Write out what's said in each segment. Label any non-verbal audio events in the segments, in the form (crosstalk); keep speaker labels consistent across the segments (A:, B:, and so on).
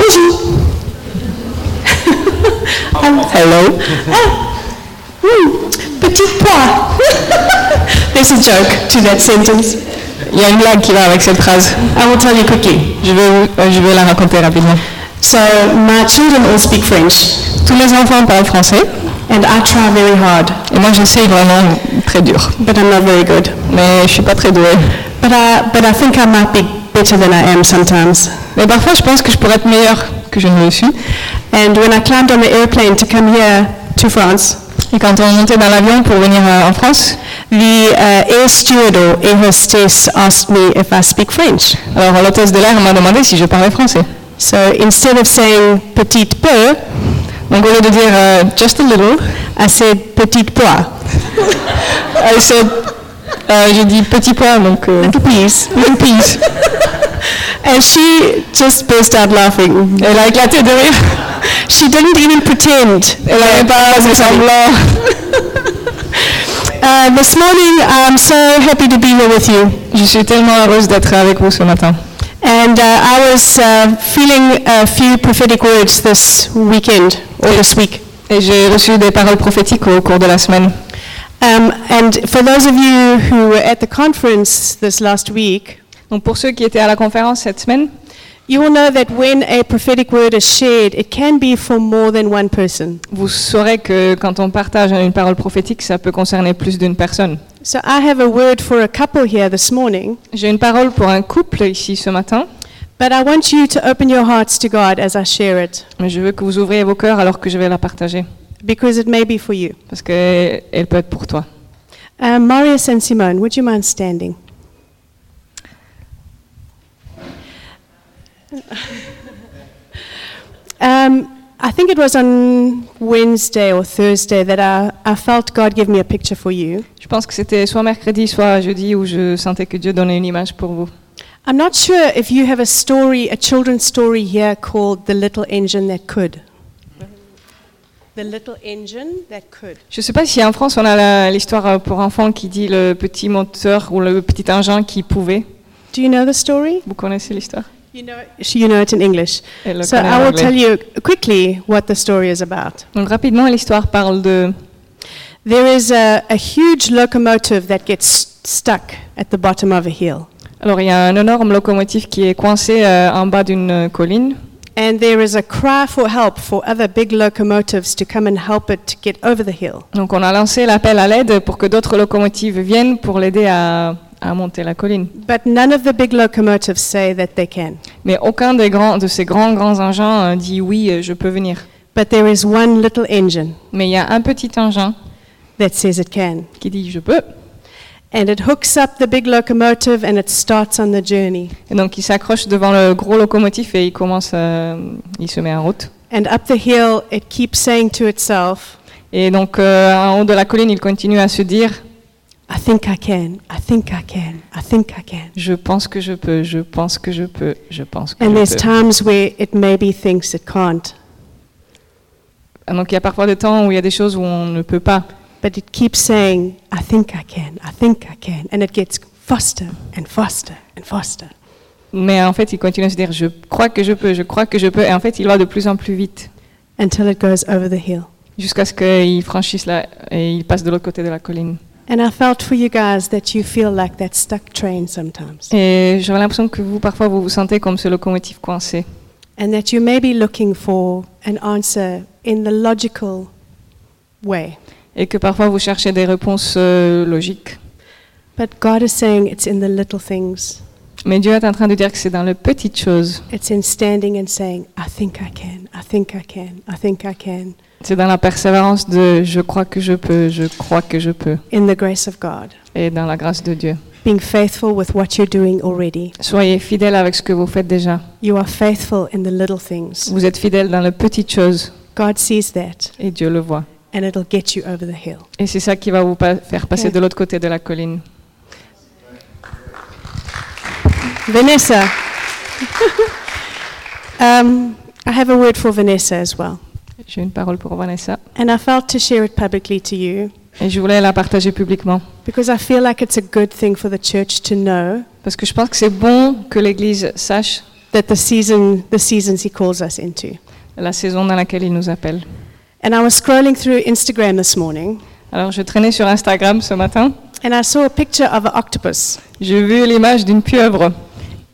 A: Susie. Um, Hello. Ah, hmm, Petit pois. There's a joke to that sentence.
B: Il y a une blague qui va avec cette phrase.
A: I will tell you quickly.
B: Je vais, vous- euh, je vais la raconter rapidement.
A: So my children all speak French,
B: Tous mes enfants parlent français
A: and I try very hard,
B: et moi j'essaye vraiment très dur.
A: but I'm not very good.
B: Mais je suis pas très douée.
A: But I, but I think I might be better than I am sometimes.
B: Mais parfois je pense que je pourrais être meilleure que je ne le suis.
A: And when I climbed on the airplane to come here to France,
B: Et quand on montait dans l'avion pour venir euh, en France,
A: the uh, air steward or air hostess asked me if I speak French.
B: alors l'hôtesse de l'air m'a demandé si je parlais français.
A: So instead of saying petite peu,
B: Donc au lieu de dire euh, just a little,
A: I said petite pois.
B: (laughs) I said, euh, j'ai dit petit pois donc euh,
A: Little please.
B: little piece.
A: And she just burst out laughing.
B: Elle a éclaté de rire.
A: She didn't even pretend.
B: Elle n'avait pas de (laughs) semblant. Euh,
A: Uh, this morning, I'm so happy to be here with you.
B: Je suis tellement heureuse d'être avec vous ce matin.
A: And uh, I was uh, feeling a few prophetic words this weekend or this week.
B: Et j'ai reçu des paroles prophétiques au cours de la semaine.
A: Um, and for those of you who were at the conference this last week,
B: Donc pour ceux qui étaient à la conférence cette semaine,
A: you will know that when a prophetic word is shared, it can be for more than one person.
B: vous saurez que quand on partage une parole prophétique, ça peut concerner plus d'une personne.
A: So I have a word for a couple here this morning,
B: J'ai une parole pour un couple ici ce matin,
A: but I want you to open your hearts to God as I share it,
B: mais je veux que vous ouvriez vos cœurs alors que je vais la partager,
A: because it may be for you.
B: parce qu'elle peut être pour toi.
A: Uh, Marius and Simone, would you mind standing? um, I think it was on Wednesday or Thursday that I, I felt God give me a picture for you.
B: Je pense que c'était soit mercredi, soit jeudi, où je sentais que Dieu donnait une image pour vous.
A: I'm not sure if you have a story, a children's story here called The Little Engine That Could. The Little Engine That Could.
B: Je ne sais pas si en France on a la- l'histoire euh, pour enfants qui dit le petit moteur ou le petit engin qui pouvait.
A: Do you know the story?
B: Vous connaissez l'histoire
A: You know it, you know it in English.
B: Elle le
A: So
B: connaît
A: I
B: en
A: will
B: anglais.
A: tell you quickly what the story is about.
B: Donc rapidement, l'histoire parle de
A: There is a, a huge locomotive that gets stuck at the bottom of a hill.
B: Alors, il y a un énorme locomotive qui est coincé euh, en bas d'une euh, colline.
A: And there is a cry for help for other big locomotives to come and help it to get over the hill.
B: Donc, on a lancé l'appel à l'aide pour que d'autres locomotives viennent pour l'aider à, à monter la colline.
A: But none of the big locomotives say that they can.
B: Mais aucun des grands, de ces grands, grands engins euh, dit oui, euh, je peux venir.
A: But there is one little engine
B: Mais il y a un petit engin
A: that says it can.
B: qui dit je peux.
A: And it hooks up the big locomotive and it starts on the journey.
B: Et donc, il s'accroche devant le gros locomotive et il commence, euh, il se met en route.
A: And up the hill, it keeps saying to itself,
B: Et donc, euh, en haut de la colline, il continue à se dire
A: I think I can, I think I can, I think I can.
B: je pense que je peux, je pense que je peux, je pense que
A: And
B: je
A: there's
B: peux.
A: times where it maybe thinks it can't.
B: Ah, Donc, il y a parfois des temps où il y a des choses où on ne peut pas.
A: But it keeps saying, I think I can, I think I can. And it gets faster and faster and faster.
B: Mais en fait, il continue à se dire, je crois que je peux, je crois que je peux. Et en fait, il va de plus en plus vite
A: until it goes over the hill.
B: jusqu'à ce qu'il franchisse là et il passe de l'autre côté de la colline.
A: And I felt for you guys that you feel like that stuck train sometimes.
B: Et j'avais l'impression que vous, parfois, vous vous sentez comme ce locomotive coincé.
A: And that you may be looking for an answer in the logical way.
B: Et que parfois, vous cherchez des réponses euh, logiques.
A: But God is saying it's in the little things.
B: Mais Dieu est en train de dire que c'est dans les petites choses.
A: It's in standing and saying, I think I can, I think I can, I think I can,
B: C'est dans la persévérance de je crois que je peux, je crois que je peux.
A: in the grace of God,
B: Et dans la grâce de Dieu.
A: being faithful with what you're doing already.
B: Soyez fidèles avec ce que vous faites déjà.
A: You are faithful in the little things.
B: Vous êtes fidèles dans les petites choses.
A: God sees that,
B: Et Dieu le voit.
A: and it'll get you over the hill.
B: Et c'est ça qui va vous pa- faire passer de l'autre côté de la colline.
A: Vanessa. (laughs) um, I have a word for Vanessa as well.
B: J'ai une parole pour Vanessa.
A: And I felt to share it publicly to you
B: Et je voulais la partager publiquement.
A: because I feel like it's a good thing for the church to know
B: Parce que je pense que c'est bon que l'Église sache
A: that the season, the seasons He calls us into.
B: la saison dans laquelle il nous appelle.
A: And I was scrolling through Instagram this morning,
B: Alors je traînais sur Instagram ce matin,
A: and I saw a picture of an octopus,
B: j'ai vu l'image d'une pieuvre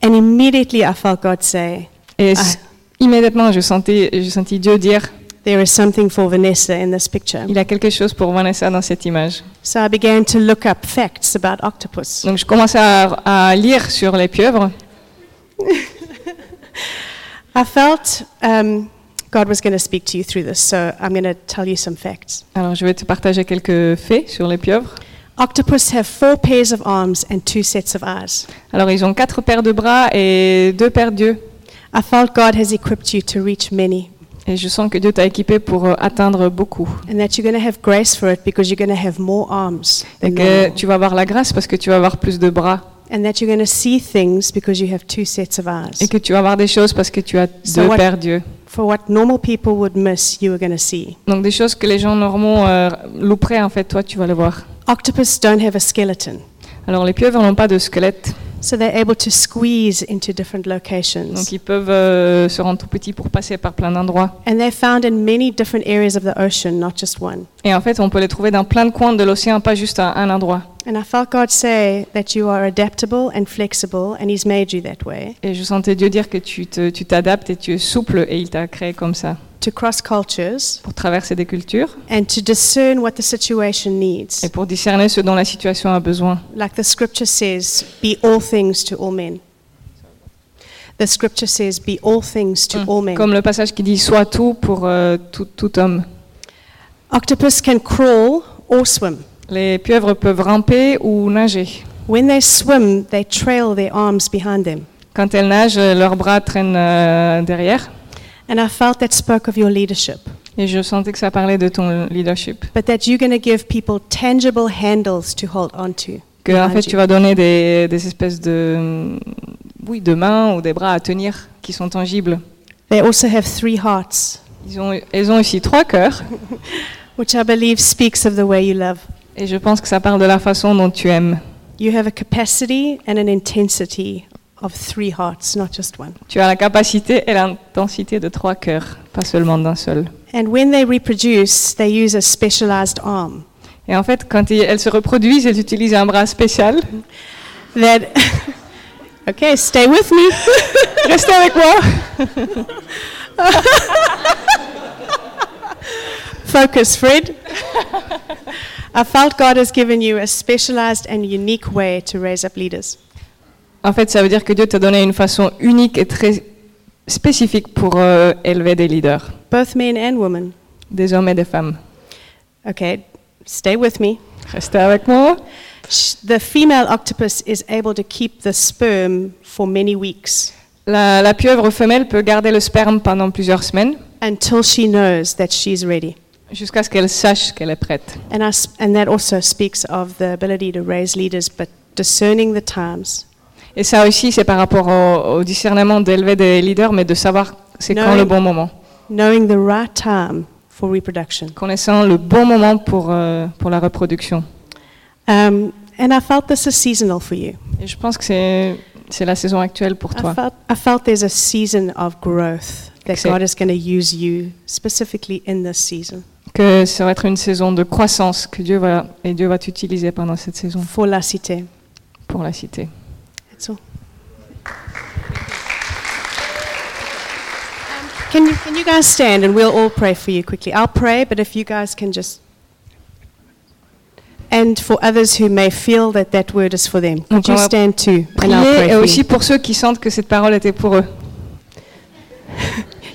A: and immediately I felt God say,
B: et s-
A: Ah.
B: immédiatement je sentais, j'ai senti Dieu dire
A: "There is something for Vanessa in this picture."
B: Ah il y a quelque chose pour Vanessa dans cette image.
A: So I began to look up facts about octopus.
B: Donc je commençais à, à lire sur les pieuvres
A: I felt um, God was going to speak to you through this, so I'm going to tell you some facts.
B: Alors, je vais te partager quelques faits sur les pieuvres.
A: Octopus have four pairs of arms and two sets of eyes.
B: Alors, ils ont quatre paires de bras et deux paires d'yeux.
A: I felt God has equipped you to reach many
B: Et je sens que Dieu t'a équipé pour euh, atteindre beaucoup.
A: and that you're going to have grace for it because you're going to have more arms
B: Et
A: than
B: que
A: normal.
B: tu vas avoir la grâce parce que tu vas avoir plus de bras.
A: and that you're going to see things because you have two sets of eyes.
B: Et que tu vas avoir des choses parce que tu as
A: So
B: deux
A: what-
B: paires d'yeux.
A: For what normal people would miss, you are going to see.
B: Donc, des choses que les gens normaux euh, louperaient, en fait, toi, tu vas les voir.
A: Octopus don't have a skeleton,
B: Alors, les pieuvres n'ont pas de squelette.
A: so they're able to squeeze into different locations.
B: Donc, ils peuvent euh, se rendre tout petits pour passer par plein d'endroits.
A: And they're found in many different areas of the ocean, not just one.
B: Et en fait, on peut les trouver dans plein de coins de l'océan, pas juste à un endroit.
A: And I felt God say that you are adaptable and flexible, and He's made you that way
B: Et je sentais Dieu dire que tu te- tu t'adaptes et tu es souple et il t'a créé comme ça
A: to cross cultures
B: pour traverser des cultures
A: and to discern what the situation
B: et
A: needs.
B: pour discerner ce dont la situation a besoin.
A: Like the scripture says, be all things to all men. The scripture says, be all things to all men.
B: Mm. Comme le passage qui dit Sois tout pour euh, tout, tout homme.
A: Octopus can crawl or swim.
B: Les pieuvres peuvent ramper ou nager.
A: When they swim, they trail their arms behind them.
B: Quand elles nagent, leurs bras traînent euh, derrière.
A: And I felt that spoke of your leadership,
B: Et je sentais que ça parlait de ton leadership.
A: but that you're going to give people tangible handles to hold on to.
B: Que en fait,
A: behind you.
B: tu vas donner des, des espèces de, oui, de mains ou des bras à tenir qui sont tangibles.
A: They also have three hearts,
B: Ils ont, elles ont ici trois cœurs.
A: which I believe speaks of the way you love.
B: Et je pense que ça parle de la façon dont tu aimes.
A: You have a capacity and an intensity of three hearts, not just one.
B: Tu as la capacité et l'intensité de trois cœurs, pas seulement d'un seul.
A: And when they reproduce, they use a specialized arm
B: Et en fait, quand ils- elles se reproduisent, elles utilisent un bras spécial.
A: that. (laughs) okay, stay with me. (laughs)
B: Restez avec moi.
A: Focus, Fred. I felt God has given you a specialized and unique way to raise up leaders.
B: En fait, ça veut dire que Dieu t'a donné une façon unique et très spécifique pour euh, élever des leaders,
A: both men and women.
B: des hommes et des femmes.
A: Okay, stay with me.
B: Restez avec moi.
A: Sh- The female octopus is able to keep the sperm for many weeks
B: La, la pieuvre femelle peut garder le sperme pendant plusieurs semaines
A: until she knows that she's ready.
B: jusqu'à ce qu'elle sache qu'elle est prête.
A: And, I s- and that also speaks of the ability to raise leaders, but discerning the times,
B: Et ça aussi, c'est par rapport au, au discernement d'élever des leaders, mais de savoir c'est quand
A: Non.
B: le bon moment.
A: knowing the right time for reproduction.
B: connaissant le bon moment pour, euh, pour la reproduction.
A: Um, and I felt this is seasonal for you.
B: Et je pense que c'est, c'est la saison actuelle pour
A: I
B: toi.
A: felt, I felt there's a season of growth that
B: Excellent.
A: God is going to use you specifically in this season
B: Que ça va être une saison de croissance que Dieu va, et Dieu va t'utiliser pendant cette saison
A: for La Cité.
B: pour la cité.
A: That's all. Um, Can you, can you guys stand and we'll all pray for you quickly? I'll pray, but if you guys can just. And for others who may feel that that word is for them, could
B: Donc on
A: you
B: va
A: stand too? And I'll
B: Priez
A: pray
B: et
A: for
B: aussi
A: you.
B: pour ceux qui sentent que cette parole était pour eux.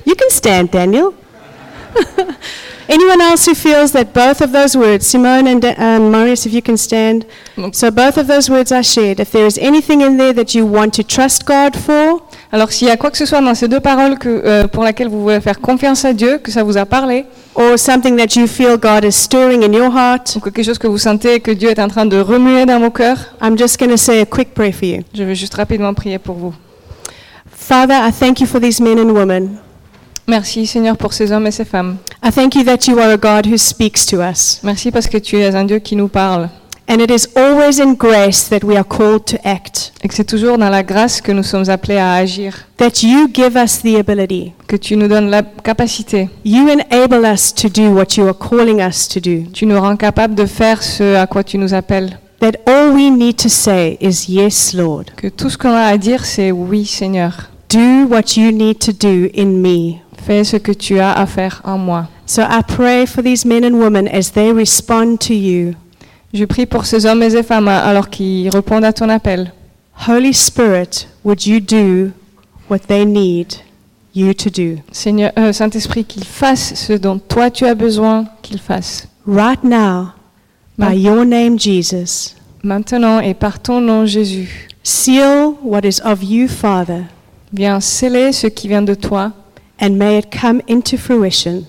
A: You can stand, Daniel. (laughs) Anyone else who feels that both of those words, Simone and Da- um, Marius, if you can stand.
B: Donc-
A: So, both of those words I shared, if there is anything in there that you want to trust God for,
B: Alors s'il y a quoi que ce soit dans ces deux paroles que, euh, pour laquelle vous voulez faire confiance à Dieu, que ça vous a parlé,
A: or something that you feel God is stirring in your heart,
B: ou que quelque chose que vous sentez que Dieu est en train de remuer dans vos cœurs,
A: I'm just going to say a quick prayer for you.
B: je vais juste rapidement prier pour vous.
A: Father, I thank you for these men and women.
B: Merci Seigneur pour ces hommes et ces femmes.
A: I thank you that you are a God who speaks to us
B: Merci parce que tu es un Dieu qui nous parle.
A: And it is always in grace that we are called to act,
B: et que c'est toujours dans la grâce que nous sommes appelés à agir,
A: that you give us the ability.
B: que tu nous donnes la capacité,
A: You enable us to do what you are calling us to do.
B: tu nous rends capables de faire ce à quoi tu nous appelles,
A: That all we need to say is, Yes, Lord,
B: que tout ce qu'on a à dire c'est oui Seigneur,
A: do what you need to do in me.
B: fais ce que tu as à faire en moi.
A: So I pray for these men and women as they respond to you.
B: Je prie pour ces hommes et ces femmes alors qu'ils répondent à ton appel.
A: Holy Spirit, would you do what they need you to do?
B: Seigneur, euh, Saint-Esprit, qu'ils fassent ce dont toi tu as besoin qu'ils fassent.
A: Right now, by
B: Mm.
A: your name, Jesus,
B: Maintenant et par ton nom Jésus,
A: seal what is of you, Father,
B: viens sceller ce qui vient de toi
A: and may it come into fruition.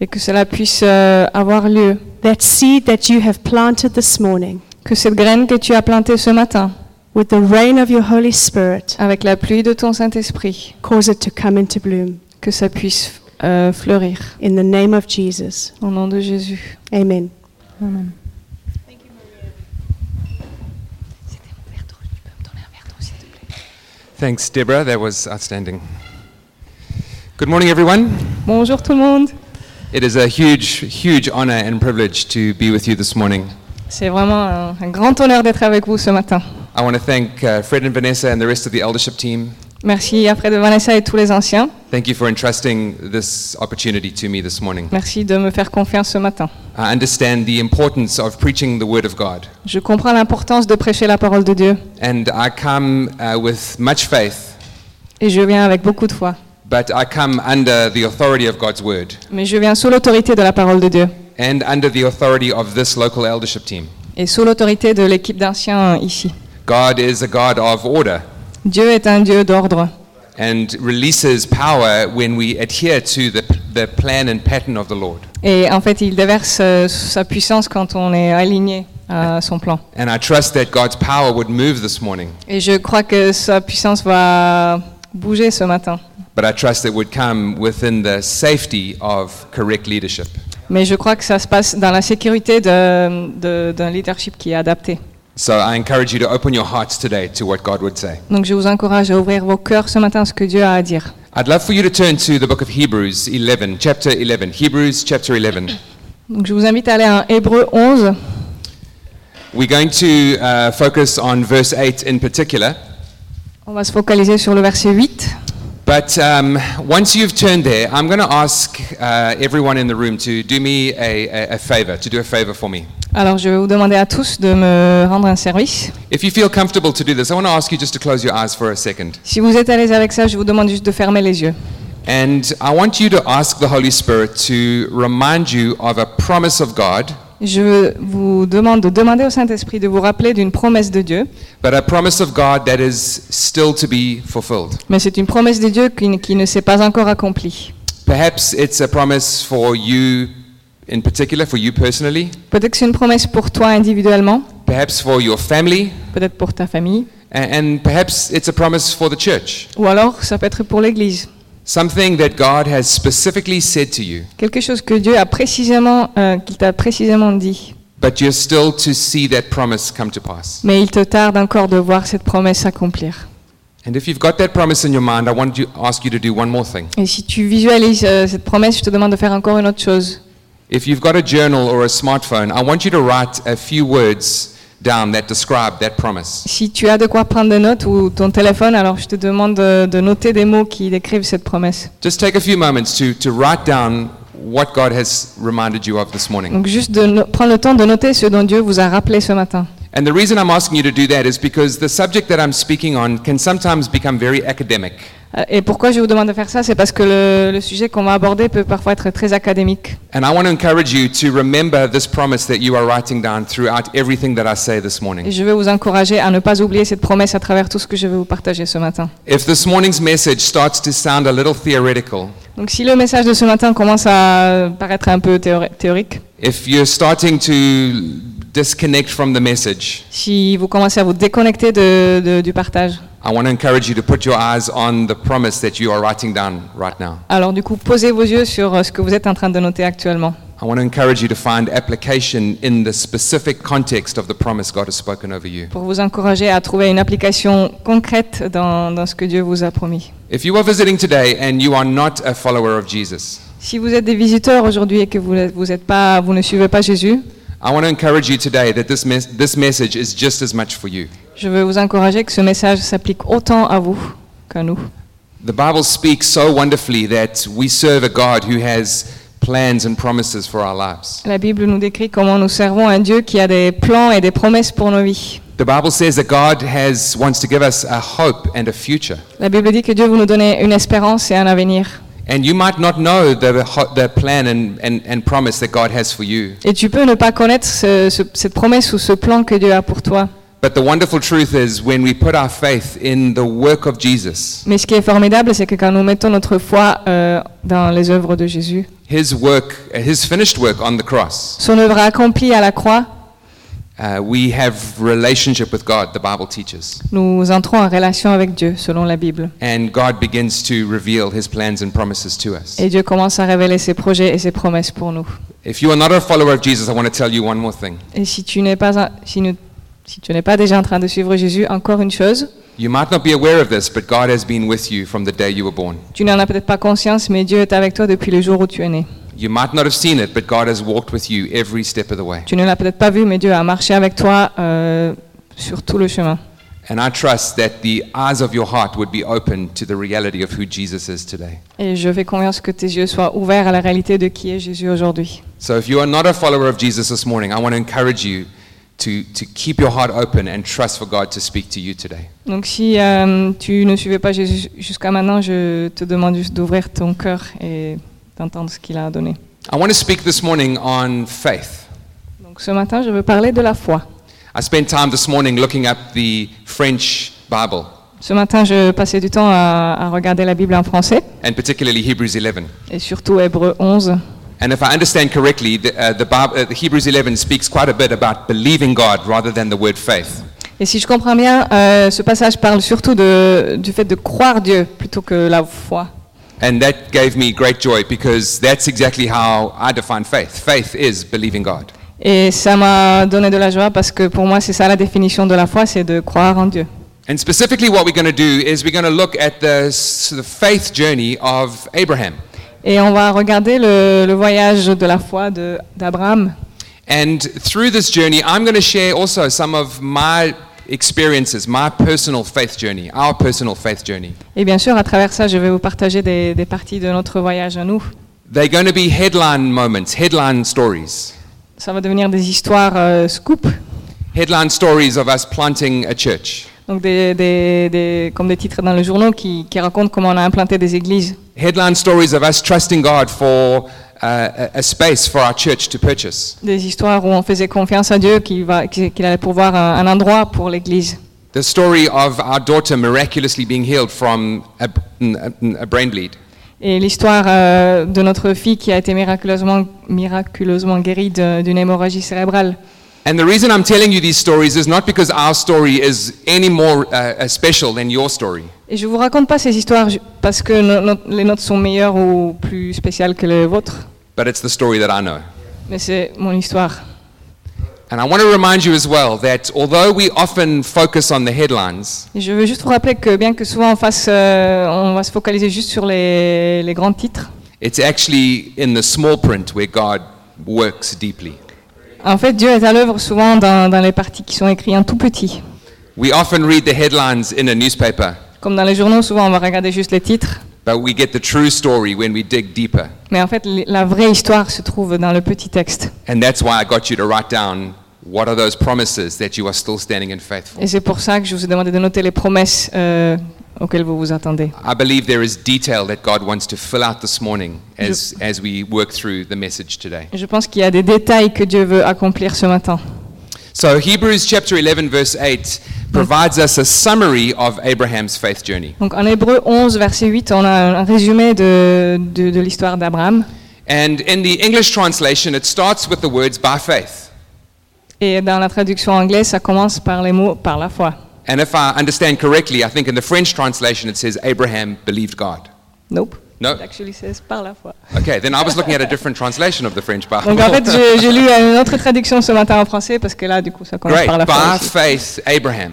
B: et que cela puisse euh, avoir lieu.
A: That seed that you have planted this morning,
B: Que cette graine que tu as plantée ce matin,
A: with the rain of your Holy Spirit,
B: avec la pluie de ton Saint-Esprit,
A: cause it to come into bloom.
B: que ça puisse euh, fleurir.
A: In the name of Jesus.
B: Au nom de Jésus.
A: Amen.
B: Amen.
C: Thanks, Deborah. That was outstanding. Good morning, everyone.
B: Bonjour tout le monde.
C: It is a huge, huge honor and privilege to be with you this morning.
B: C'est vraiment un, un grand honneur d'être avec vous ce matin.
C: I want to thank uh, Fred and Vanessa and the rest of the eldership team.
B: Merci après de Vanessa et tous les anciens.
C: Thank you for entrusting this opportunity to me this morning.
B: Merci de me faire confiance ce matin.
C: I understand the importance of preaching the Word of God,
B: Je comprends l'importance de prêcher la parole de Dieu
C: and I come uh, with much faith,
B: et je viens avec beaucoup de foi.
C: but I come under the authority of God's Word
B: Mais je viens sous l'autorité de la parole de Dieu
C: and under the authority of this local eldership team.
B: et sous l'autorité de l'équipe d'anciens ici.
C: God is a God of order.
B: Dieu est un Dieu d'ordre
C: and releases power when we adhere to the, the plan and pattern of the Lord.
B: et en fait il déverse euh, sa puissance quand on est aligné à son plan.
C: And I trust that God's power would move this morning,
B: Et je crois que sa puissance va bouger ce matin.
C: but I trust it would come within the safety of correct leadership.
B: Mais je crois que ça se passe dans la sécurité de- de- d'un leadership qui est adapté.
C: So I encourage you to open your hearts today to what God would say.
B: Donc je vous encourage à ouvrir vos cœurs ce matin à ce que Dieu a à dire.
C: I'd love for you to turn to the book of Hebrews 11, chapter 11. Hebrews chapter 11.
B: Donc je vous invite à aller à Hébreu 11.
C: We're going to uh, focus on verse 8 in particular.
B: On va se focaliser sur le verset 8.
C: But um, once you've turned there, I'm going to ask uh, everyone in the room to do me a, a, a favor, to do a favor for me.
B: Alors je vais vous demander à tous de me rendre un service.
C: If you feel comfortable to do this, I want to ask you just to close your eyes for a second.
B: Si vous êtes à l'aise avec ça, je vous demande juste de fermer les yeux.
C: And I want you to ask the Holy Spirit to remind you of a promise of God,
B: Je vous demande de demander au Saint-Esprit de vous rappeler d'une promesse de Dieu,
C: but a promise of God that is still to be fulfilled.
B: mais c'est une promesse de Dieu qui, ne- qui ne s'est pas encore accomplie.
C: Perhaps it's a promise for you in particular, for you personally,
B: Peut-être que c'est une promesse pour toi individuellement,
C: perhaps for your family,
B: peut-être pour ta famille,
C: a- and perhaps it's a promise for the church.
B: ou alors ça peut être pour l'Église.
C: Something that God has specifically said to you,
B: Quelque chose que Dieu a précisément, euh, qu'il t'a précisément dit,
C: but you're still to see that promise come to pass.
B: mais il te tarde encore de voir cette promesse s'accomplir.
C: And if you've got that promise in your mind, I want to ask you to do one more thing.
B: Et si tu visualises euh, cette promesse, je te demande de faire encore une autre chose.
C: If you've got a journal or a smartphone, I want you to write a few words down that describe that promise.
B: Si tu as de quoi prendre des notes ou ton téléphone, alors je te demande de, de noter des mots qui décrivent cette promesse.
C: Just take a few moments to, to write down what God has reminded you of this morning.
B: Donc juste de no- prendre le temps de noter ce dont Dieu vous a rappelé ce matin.
C: And the reason I'm asking you to do that is because the subject that I'm speaking on can sometimes become very academic.
B: Euh, Et pourquoi je vous demande de faire ça C'est parce que le, le sujet qu'on va aborder peut parfois être très académique.
C: And I want to encourage you to remember this promise that you are writing down throughout everything that I say this
B: Et
C: morning.
B: je veux vous encourager à ne pas oublier cette promesse à travers tout ce que je vais vous partager ce matin.
C: If this morning's message starts to sound a little theoretical,
B: Donc si le message de ce matin commence à paraître un peu théori- théorique,
C: if you're starting to disconnect from the message,
B: si vous commencez à vous déconnecter de- de- du partage,
C: I want to encourage you to put your eyes on the promise that you are writing down right now.
B: alors du coup posez vos yeux sur euh, ce que vous êtes en train de noter actuellement.
C: I want to encourage you to find application in the specific context of the promise God has spoken over you.
B: pour vous encourager à trouver une application concrète dans, dans ce que Dieu vous a promis.
C: If you are visiting today and you are not a follower of Jesus,
B: Si vous êtes des visiteurs aujourd'hui et que vous, n'êtes- vous, êtes pas, vous ne suivez pas Jésus,
C: I want to encourage you today that this, mes- this message is just as much for you.
B: je veux vous encourager que ce message s'applique autant à vous qu'à nous.
C: The Bible speaks so wonderfully that we serve a God who has plans and promises for our lives.
B: La Bible nous décrit comment nous servons un Dieu qui a des plans et des promesses pour nos vies.
C: The Bible says that God has, wants to give us a hope and a future.
B: La Bible dit que Dieu veut nous donner une espérance et un avenir.
C: And you might not know the, ho- the plan and, and, and promise that God has for you.
B: Et tu peux ne pas connaître ce- ce- cette promesse ou ce plan que Dieu a pour toi.
C: But the wonderful truth is, when we put our faith in the work of Jesus,
B: Mais ce qui est formidable, c'est que quand nous mettons notre foi euh, dans les œuvres de Jésus,
C: His work, His finished work on the cross,
B: son œuvre accomplie à la croix,
C: uh, we have relationship with God, the Bible teaches.
B: nous entrons en relation avec Dieu, selon la Bible.
C: And God begins to reveal His plans and promises to us.
B: Et Dieu commence à révéler ses projets et ses promesses pour nous.
C: If you are not a follower of Jesus, I want to tell you one more thing.
B: Et si tu n'es pas, un- si nous- si tu n'es pas déjà en train de suivre Jésus, encore une chose,
C: You might not be aware of this, but God has been with you from the day you were born.
B: tu n'en as peut-être pas conscience, mais Dieu est avec toi depuis le jour où tu es né.
C: You might not have seen it, but God has walked with you every step of the way.
B: Tu ne l'as peut-être pas vu, mais Dieu a marché avec toi euh, sur tout le chemin.
C: And I trust that the eyes of your heart would be open to the reality of who Jesus is today.
B: Et je fais confiance que tes yeux soient ouverts à la réalité de qui est Jésus aujourd'hui.
C: So if you are not a follower of Jesus this morning, I want to encourage you to, to keep your heart open and trust for God to speak to you today.
B: Donc si euh, tu ne suivais pas Jésus jusqu'à maintenant, je te demande juste d'ouvrir ton cœur et d'entendre ce qu'il a à donner.
C: I want to speak this morning on faith.
B: Donc ce matin, je veux parler de la foi.
C: I spent time this morning looking up the French Bible,
B: Ce matin, je passais du temps à, à regarder la Bible en français
C: and particularly Hebrews 11.
B: et surtout Hébreu 11.
C: And if I understand correctly, the, uh, the, Bible, uh, the Hebrews 11 speaks quite a bit about believing God rather than the word faith.
B: Et si je comprends bien, euh, ce passage parle surtout de- du fait de croire Dieu plutôt que la foi.
C: And that gave me great joy because that's exactly how I define faith. Faith is believing God.
B: Et ça m'a donné de la joie parce que pour moi, c'est ça la définition de la foi, c'est de croire en Dieu.
C: And specifically, what we're going to do is we're going to look at the, s- the faith journey of Abraham.
B: Et on va regarder le, le voyage de la foi de- d'Abraham.
C: And through this journey, I'm going to share also some of my experiences, my personal faith journey, our personal faith journey.
B: Et bien sûr, à travers ça, je vais vous partager des, des parties de notre voyage à nous.
C: They're going to be headline moments, headline stories,
B: Ça va devenir des histoires euh, scoop,
C: headline stories of us planting a church,
B: donc des, des- des- comme des titres dans le journal qui, qui racontent comment on a implanté des églises.
C: headline stories of us trusting God for uh, a, a space for our church to purchase.
B: Des histoires où on faisait confiance à Dieu qu'il va- qu'il qu'il allait pourvoir un, un endroit pour l'église.
C: The story of our daughter miraculously being healed from a, a brain bleed.
B: Et l'histoire euh, de notre fille qui a été miraculeusement, miraculeusement guérie de- d'une hémorragie cérébrale.
C: And the reason I'm telling you these stories is not because our story is any more uh, uh, special than your story.
B: Et je vous raconte pas ces histoires ju- parce que no- no- les nôtres sont meilleures ou plus spéciales que les vôtres,
C: but it's the story that I know.
B: mais c'est mon histoire.
C: And I want to remind you as well that although we often focus on the headlines,
B: Et je veux juste vous rappeler que bien que souvent on, fasse, euh, on va se focaliser juste sur les, les grands titres,
C: it's actually in the small print where God works deeply.
B: en fait Dieu est à l'œuvre souvent dans, dans les parties qui sont écrites en tout petit.
C: We often read the headlines in a newspaper,
B: Comme dans les journaux, souvent on va regarder juste les titres,
C: but we get the true story when we dig deeper.
B: mais en fait l- la vraie histoire se trouve dans le petit texte.
C: And that's why I got you to write down what are those promises that you are still standing in faith for.
B: Et c'est pour ça que je vous ai demandé de noter les promesses euh, auxquelles vous vous attendez.
C: I believe there is detail that God wants to fill out this morning as, as we work through the message today.
B: Je pense qu'il y a des détails que Dieu veut accomplir ce matin.
C: So Hebrews chapter 11 verse 8 provides us a summary of Abraham's faith journey.
B: Donc en Hébreu 11, verset 8, on a un résumé de, de, de l'histoire d'Abraham.
C: And in the English translation it starts with the words by faith.
B: Et dans la traduction anglaise, ça commence par les mots par la foi.
C: And if I understand correctly, I think in the French translation it says Abraham believed God.
B: Nope.
C: No?
B: It actually says par la foi.
C: Okay, then I was looking at a different translation of the French Bar.
B: Donc en (laughs) fait, j'ai- j'ai lu une autre traduction ce matin en français parce que là, du coup, ça commence
C: Great.
B: par la foi.
C: By
B: aussi.
C: faith, Abraham.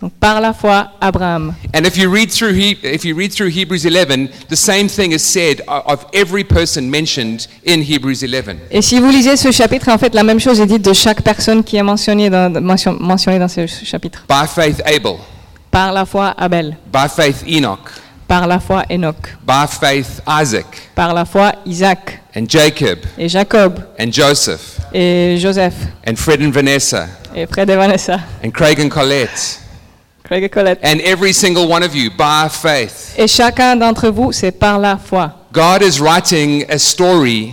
B: Donc par la foi, Abraham.
C: And if you read through he- if you read through Hebrews 11, the same thing is said o- of every person mentioned in Hebrews 11.
B: Et si vous lisez ce chapitre, en fait, la même chose est dite de chaque personne qui est mentionnée dans, mention- mentionnée dans ce chapitre.
C: By faith Abel,
B: Par la foi, Abel.
C: by faith Enoch,
B: Par la foi, Enoch.
C: by faith Isaac
B: Par la foi, Isaac.
C: and Jacob
B: Et Jacob.
C: and Joseph
B: Et Joseph.
C: and Fred and Vanessa
B: Et Fred et Vanessa.
C: and Craig and Colette
B: Craig et Colette.
C: and every single one of you by faith.
B: Et chacun d'entre vous, c'est par la foi.
C: God is writing a story,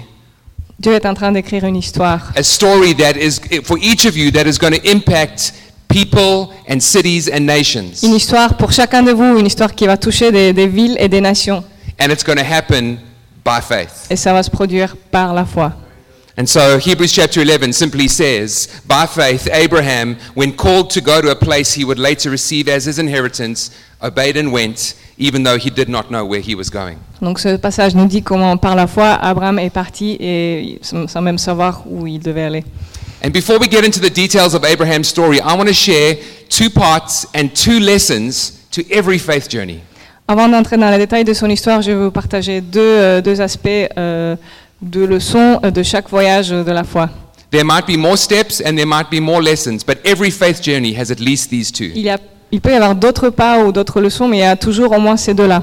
B: Dieu est en train d'écrire une histoire.
C: a story that is for each of you that is going to impact people and cities and nations.
B: Une histoire pour chacun de vous, une histoire qui va toucher des, des villes et des nations.
C: And it's going to happen by faith.
B: Et ça va se produire par la foi.
C: And so Hebrews chapter 11 simply says, By faith, Abraham, when called to go to a place he would later receive as his inheritance, obeyed and went, even though he did not know where he was going.
B: Donc ce passage nous dit comment par la foi Abraham est parti et sans sans même savoir où il devait aller.
C: And before we get into the details of Abraham's story, I want to share two parts and two lessons to every faith journey.
B: Avant d'entrer dans les détails de son histoire, je vais vous partager deux, euh, deux aspects euh, de leçons euh, de chaque voyage de la foi.
C: There might be more steps and there might be more lessons, but every faith journey has at least these two.
B: Il, y a- il peut y avoir d'autres pas ou d'autres leçons, mais il y a toujours au moins ces deux-là.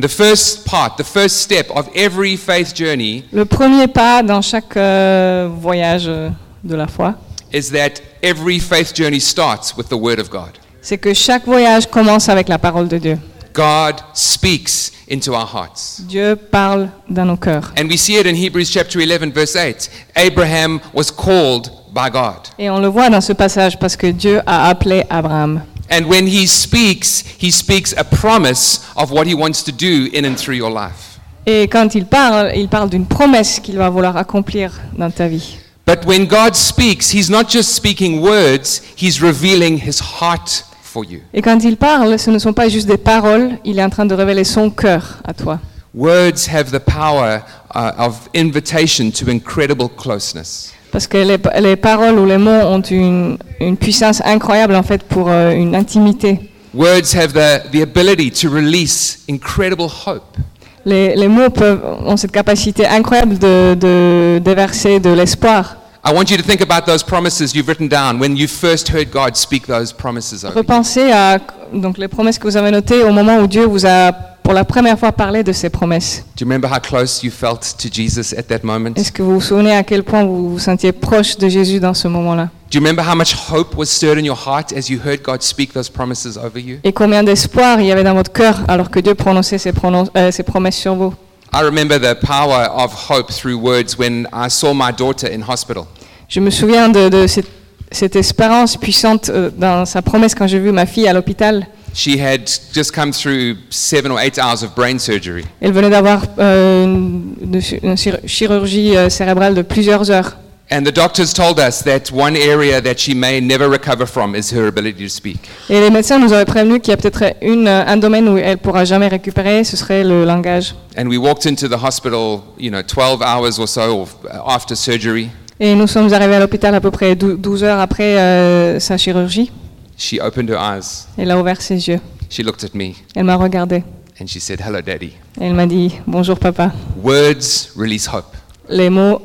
C: The first part, the first step of every faith journey
B: Le premier pas dans chaque euh, voyage euh, de la foi,
C: is that every faith journey starts with the Word of God.
B: c'est que chaque voyage commence avec la parole de Dieu.
C: God speaks into our hearts.
B: Dieu parle dans nos cœurs.
C: And we see it in Hebrews chapter 11, verse 8. Abraham was called by God.
B: Et on le voit dans ce passage parce que Dieu a appelé Abraham.
C: And when he speaks, he speaks a promise of what he wants to do in and through your life.
B: Et quand il parle, il parle d'une promesse qu'il va vouloir accomplir dans ta vie.
C: But when God speaks, he's not just speaking words, he's revealing his heart for you.
B: Et quand il parle, ce ne sont pas juste des paroles, il est en train de révéler son cœur à toi.
C: Words have the power uh, of invitation to incredible closeness.
B: Parce que les, les paroles ou les mots ont une, une puissance incroyable en fait pour euh, une intimité.
C: Words have the, the ability to release incredible hope.
B: Les, les mots peuvent, ont cette capacité incroyable de, de déverser de l'espoir.
C: I want you to think about those promises you've written down when you first heard God speak those promises over. you.
B: Repensez à donc, les promesses que vous avez notées au moment où Dieu vous a pour la première fois parlé de ces promesses.
C: Do you remember how close you felt to Jesus at that moment?
B: Est-ce que vous vous souvenez à quel point vous vous sentiez proche de Jésus dans ce moment-là
C: Do you remember how much hope was stirred in your heart as you heard God speak those promises over you?
B: Et combien d'espoir il y avait dans votre cœur alors que Dieu prononçait ses, pronon- euh, ses promesses sur vous
C: I remember the power of hope through words when I saw my daughter in hospital.
B: Je me souviens de, de cette, cette espérance puissante euh, dans sa promesse quand j'ai vu ma fille à l'hôpital.
C: She had just come through seven or eight hours of brain surgery.
B: Elle venait d'avoir euh, une, de chi- une chir- chirurgie euh, cérébrale de plusieurs heures.
C: And the doctors told us that one area that she may never recover from is her ability to speak.
B: Et les médecins nous avaient prévenu qu'il y a peut-être une, euh, un domaine où elle pourra jamais récupérer, ce serait le langage.
C: And we walked into the hospital, you know, 12 hours or so of- uh, after surgery.
B: Et nous sommes arrivés à l'hôpital à peu près dou- 12 heures après euh, sa chirurgie.
C: She opened her eyes.
B: Elle a ouvert ses yeux.
C: She looked at me
B: Elle m'a regardé.
C: and she said, Hello, Daddy.
B: Elle m'a dit Bonjour papa.
C: Words release hope.
B: Les mots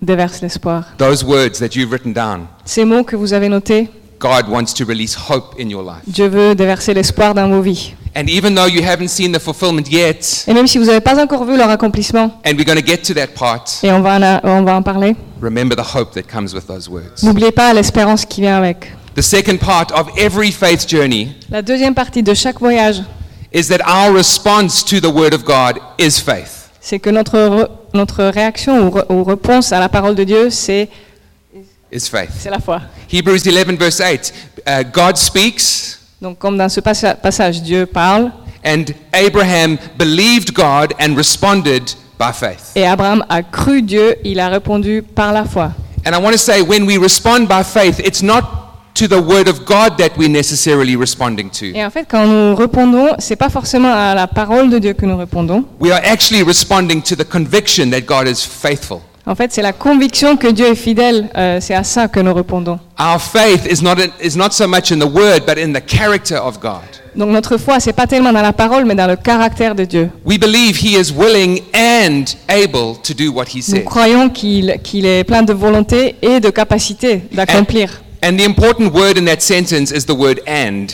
B: déversent l'espoir.
C: Those words that you've written down,
B: Ces mots que vous avez notés,
C: God wants to release hope in your life.
B: Dieu veut déverser l'espoir dans vos vies.
C: And even though you haven't seen the fulfillment yet,
B: Et même si vous n'avez pas encore vu leur accomplissement,
C: and we're going to get to that part,
B: et on va en, a- on va en parler,
C: remember the hope that comes with those words.
B: n'oubliez pas l'espérance qui vient avec.
C: The second part of every faith journey
B: La deuxième partie de chaque voyage,
C: is that our response to the Word of God is faith.
B: c'est que notre, re- notre réaction ou, re- ou réponse à la parole de Dieu, c'est
C: Is faith.
B: c'est la foi.
C: Hebrews 11, verse 8 uh, God speaks.
B: Donc comme dans ce passa- passage, Dieu parle,
C: And Abraham believed God and responded by faith.
B: et Abraham a cru Dieu, il a répondu par la foi.
C: And I want to say, when we respond by faith, it's not to the word of God that we're necessarily responding to.
B: Et en fait, quand nous répondons, c'est pas forcément à la parole de Dieu que nous répondons.
C: We are actually responding to the conviction that God is faithful.
B: En fait, c'est la conviction que Dieu est fidèle. euh, c'est à ça que nous répondons.
C: Our faith is not, is not so much in the word, but in the character of God.
B: Donc notre foi, c'est pas tellement dans la parole, mais dans le caractère de Dieu.
C: We believe He is willing and able to do what He
B: Nous
C: said.
B: croyons qu'il qu'il est plein de volonté et de capacité d'accomplir.
C: And the important word in that sentence is the word and.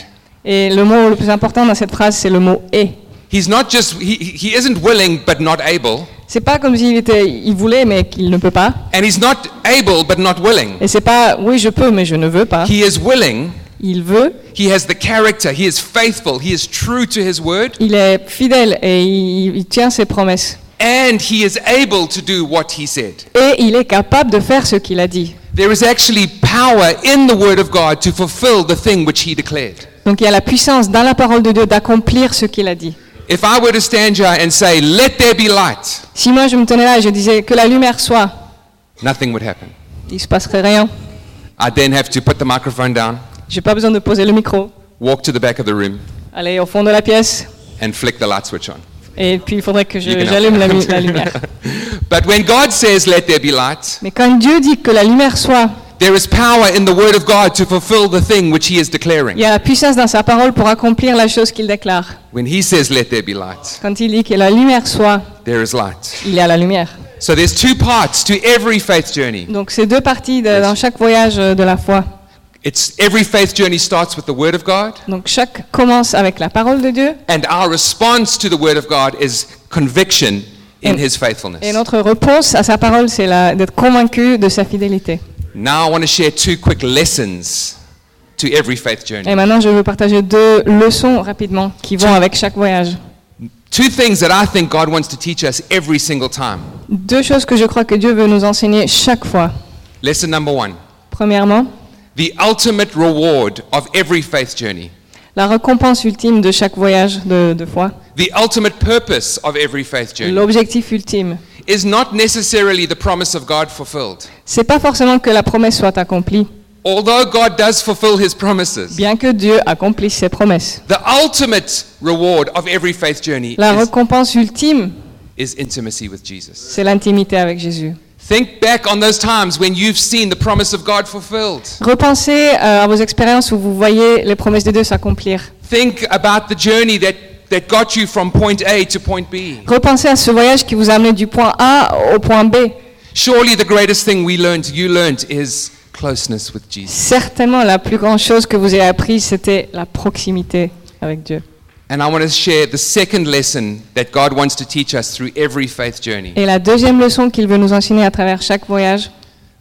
B: Et le mot le plus important dans cette phrase, c'est le mot et.
C: He's not just, he, he isn't willing but not able,
B: C'est pas comme s'il était, il voulait mais qu'il ne peut pas.
C: and he's not able but not willing.
B: Et c'est pas, oui je peux mais je ne veux pas.
C: He is willing,
B: Il veut,
C: he has the character, he is faithful, he is true to his word,
B: il est fidèle et il, il tient ses promesses.
C: and he is able to do what he said.
B: Et il est capable de faire ce qu'il a dit.
C: There is actually power in the word of God to fulfill the thing which he declared.
B: Donc il y a la puissance dans la parole de Dieu d'accomplir ce qu'il a dit.
C: If I were to stand here and say, Let there be light,
B: Si moi je me tenais là et je disais que la lumière soit,
C: nothing would happen.
B: il se passerait rien.
C: I'd then have to put the microphone down,
B: J'ai pas besoin de poser le micro,
C: walk to the back of the room,
B: aller au fond de la pièce
C: and flick the light switch on.
B: et puis il faudrait que je-
C: You can
B: j'allume la,
C: help.
B: mi- la
C: (laughs)
B: lumière.
C: but when God says, Let there be light,
B: Mais quand Dieu dit que la lumière soit,
C: there is power in the word of God to fulfill the thing which he is declaring.
B: il y a la puissance dans sa parole pour accomplir la chose qu'il déclare.
C: When he says, Let there be light,
B: Quand il dit que la lumière soit,
C: there is light.
B: il y a la lumière.
C: So there's two parts to every faith journey.
B: Donc c'est deux parties de- dans chaque voyage euh, de la foi.
C: It's every faith journey starts with the word of God,
B: Donc chaque commence avec la parole de Dieu
C: and our response to the word of God is conviction in
B: And-
C: his
B: et
C: faithfulness.
B: notre réponse à sa parole c'est la- d'être convaincu de sa fidélité.
C: Now I want to share two quick lessons to every faith journey.
B: Et maintenant je veux partager deux leçons rapidement qui vont avec chaque voyage.
C: Two things that I think God wants to teach us every single time.
B: Deux choses que je crois que Dieu veut nous enseigner chaque fois.
C: Lesson number one
B: Premièrement,
C: the ultimate reward of every faith journey,
B: la récompense ultime de chaque voyage de, de foi,
C: the ultimate purpose of every faith journey
B: l'objectif ultime.
C: is not necessarily the promise of God fulfilled.
B: C'est pas forcément que la promesse soit accomplie,
C: Although God does fulfill his promises,
B: bien que Dieu accomplisse ses promesses.
C: the ultimate reward of every faith journey
B: La
C: is,
B: récompense ultime,
C: is intimacy with Jesus.
B: c'est l'intimité avec Jésus.
C: Think back on those times when you've seen the promise of God fulfilled.
B: Repensez euh, à vos expériences où vous voyez les promesses de Dieu s'accomplir.
C: Think about the journey that, that got you from point A to point B.
B: Repensez à ce voyage qui vous a amené du point A au point B.
C: Surely the greatest thing we learned, you learned, is closeness with Jesus.
B: Certainement, la plus grande chose que vous avez apprise, c'était la proximité avec Dieu.
C: And I want to share the second lesson that God wants to teach us through every faith journey.
B: Et la deuxième leçon qu'il veut nous enseigner à travers chaque voyage,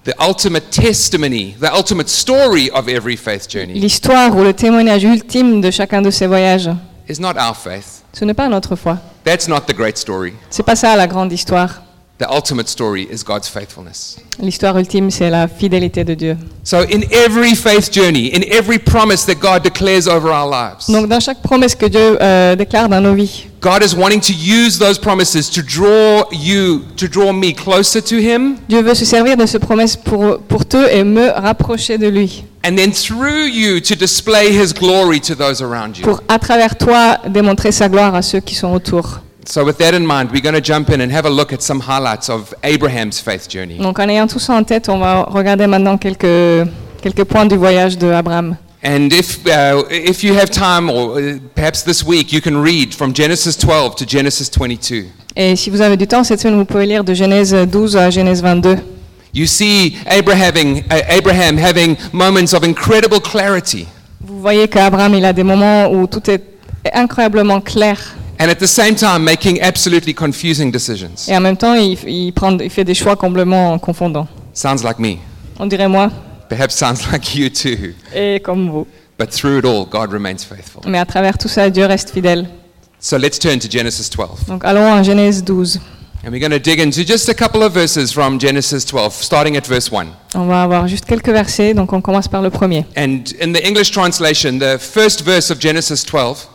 C: The ultimate testimony, the ultimate story of every faith journey
B: l'histoire ou le témoignage ultime de chacun de ces voyages,
C: is not our faith.
B: ce n'est pas notre foi.
C: That's not the great story.
B: C'est pas ça la grande histoire.
C: The ultimate story is God's faithfulness.
B: L'histoire ultime, c'est la fidélité de Dieu.
C: So, in every faith journey, in every promise that God declares over our lives,
B: Donc, dans chaque promesse que Dieu euh, déclare dans nos vies,
C: God is wanting to use those promises to draw you, to draw me closer to Him.
B: Dieu veut se servir de ces promesses pour, pour te et me rapprocher de lui,
C: and then through you to display his glory to those around you.
B: pour à travers toi démontrer sa gloire à ceux qui sont autour.
C: So, with that in mind, we're going to jump in and have a look at some highlights of Abraham's faith journey.
B: Donc, en ayant tout ça en tête, on va regarder maintenant quelques, quelques points du voyage de Abraham.
C: And if, uh, if you have time, or uh, perhaps this week, you can read from Genesis 12 to Genesis 22.
B: Et si vous avez du temps, cette semaine, vous pouvez lire de Genèse 12 à Genèse 22.
C: You see Abraham having, uh, Abraham having moments of incredible clarity,
B: Vous voyez qu'Abraham, il a des moments où tout est incroyablement clair.
C: and at the same time, making absolutely confusing decisions.
B: Et en même temps, il, il prend, il fait des choix complètement confondants.
C: Sounds like me.
B: On dirait moi
C: Perhaps sounds (laughs) like you too.
B: et comme vous.
C: But through it all, God remains faithful.
B: Mais à travers tout ça, Dieu reste fidèle.
C: So let's turn to Genesis 12.
B: Donc allons en Genèse 12.
C: And we're going to dig into just a couple of verses from Genesis 12, starting at verse 1.
B: On va avoir juste quelques versets, donc on commence par le premier.
C: And in the English translation, the first verse of Genesis 12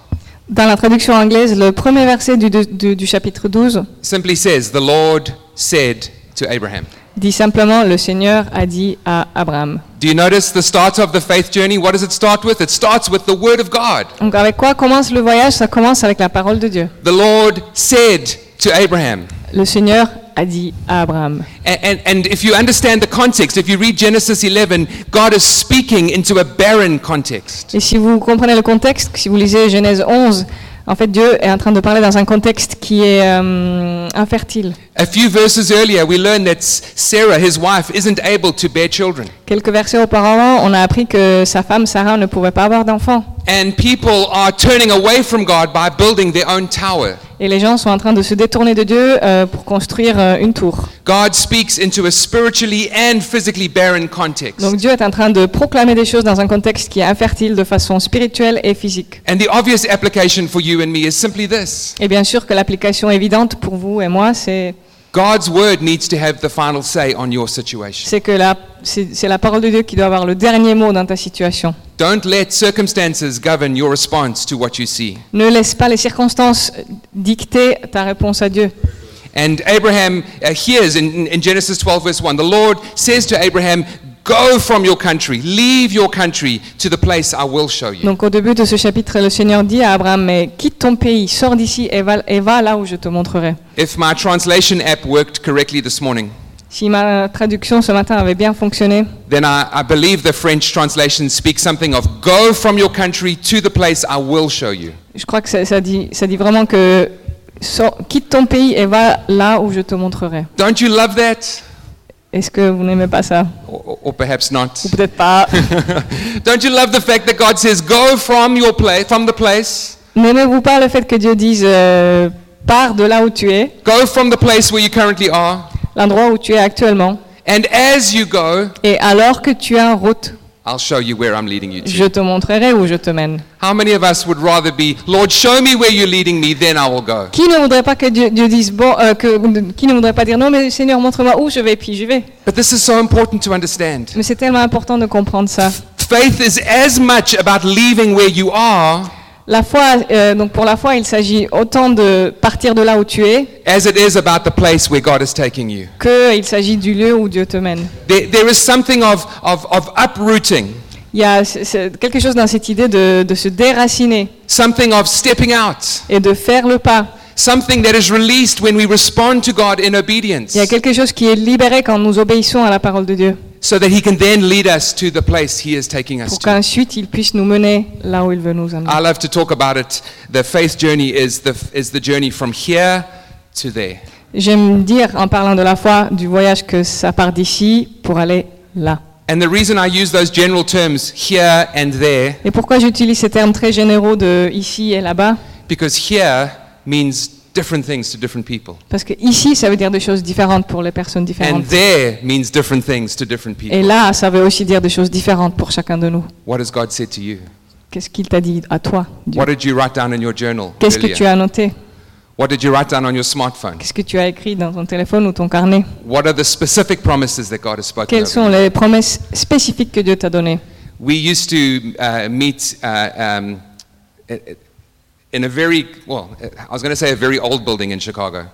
B: Dans la traduction anglaise, le premier verset du, du- du chapitre 12
C: simply says, The Lord said to Abraham.
B: dit simplement, le Seigneur a dit à Abraham.
C: Do you notice the start of the faith journey? What does it start with? It starts with the Word of God.
B: Donc avec quoi commence le voyage Ça commence avec la parole de Dieu.
C: The Lord said to Abraham.
B: Le Seigneur a dit à Abraham.
C: And, and, and if you understand the context, if you read Genesis 11, God is speaking into a barren context.
B: Et si vous comprenez le contexte, si vous lisez Genèse 11, en fait Dieu est en train de parler dans un contexte qui est euh, infertile.
C: A few verses earlier, we learned that S- Sarah, his wife, isn't able to bear children.
B: Quelques versets auparavant, on a appris que sa femme Sarah ne pouvait pas avoir d'enfant.
C: And people are turning away from God by building their own tower.
B: Et les gens sont en train de se détourner de Dieu euh, pour construire euh, une tour.
C: God speaks into a spiritually and physically barren context.
B: Donc Dieu est en train de proclamer des choses dans un contexte qui est infertile de façon spirituelle et physique.
C: And the obvious application for you and me is simply this
B: Et bien sûr que l'application évidente pour vous et moi, c'est
C: God's word needs to have the final say on your situation.
B: c'est que la, c'est c'est la parole de Dieu qui doit avoir le dernier mot dans ta situation.
C: Don't let circumstances govern your response to what you see.
B: Ne laisse pas les circonstances dicter ta réponse à Dieu.
C: And Abraham uh, hears in, in Genesis 12, verse 1, the Lord says to Abraham, Go from your country, leave your country to the place I will show you.
B: Donc au début de ce chapitre, le Seigneur dit à Abraham, mais quitte ton pays, sors d'ici et va, et va là où je te montrerai.
C: If my translation app worked correctly this morning,
B: Si ma traduction ce matin avait bien fonctionné,
C: then I, I believe the French translation speaks something of go from your country to the place I will show you.
B: je crois que ça, ça dit, ça dit vraiment que sors- quitte ton pays et va là où je te montrerai.
C: Don't you love that?
B: Est-ce que vous n'aimez pas ça
C: Or, or- or perhaps not.
B: Ou peut-être pas.
C: Don't you love the fact that God says, go from your place, from the place,
B: N'aimez-vous pas le fait que Dieu dise euh, pars de là où tu es,
C: go from the place where you currently are,
B: l'endroit où tu es actuellement,
C: and as you go,
B: et alors que tu es en route,
C: I'll show you where I'm leading you to.
B: je te montrerai où je te mène.
C: How many of us would rather be, Lord, show me where you're leading me, then I will go?
B: Qui ne voudrait pas que Dieu, Dieu dise bon, euh, que, qui ne voudrait pas dire non, mais Seigneur, montre-moi où je vais, puis je vais.
C: But this is so important to understand.
B: Mais c'est tellement important de comprendre ça.
C: Faith is as much about leaving where you are
B: La foi, euh, donc pour la foi, il s'agit autant de partir de là où tu es
C: as it is about the place where God is taking you.
B: que il s'agit du lieu où Dieu te mène.
C: There, there is something of, of, of uprooting,
B: Il y a c'est- c'est quelque chose dans cette idée de, de se déraciner
C: something of stepping out,
B: et de faire le pas.
C: something that is released when we respond to God in obedience
B: Il y a quelque chose qui est libéré quand nous obéissons à la parole de Dieu,
C: so that He can then lead us to the place He is taking us
B: pour
C: to.
B: qu'ensuite il puisse nous mener là où il veut nous amener.
C: I love to talk about it. The faith journey is the, is the journey from here to there.
B: J'aime dire, en parlant de la foi, du voyage que ça part d'ici pour aller là.
C: And the reason I use those general terms here and there,
B: Et pourquoi j'utilise ces termes très généraux de ici et là-bas
C: because here means different things to different people,
B: Parce que ici, ça veut dire des choses différentes pour les personnes
C: and
B: différentes.
C: there means different things to different people.
B: Et là, ça veut aussi dire des choses différentes pour chacun de nous.
C: What has God said to you?
B: Qu'est-ce qu'il t'a dit à toi Dieu
C: What did you write down in your journal?
B: Qu'est-ce que
C: earlier?
B: tu as noté
C: What did you write down on your smartphone?
B: Qu'est-ce que tu as écrit dans ton téléphone ou ton carnet
C: What are the specific promises that God has spoken?
B: Quelles
C: over
B: sont les promesses spécifiques que Dieu t'a données
C: you? We used to uh, meet uh, um, in a very well. I was going to say a very old building in Chicago,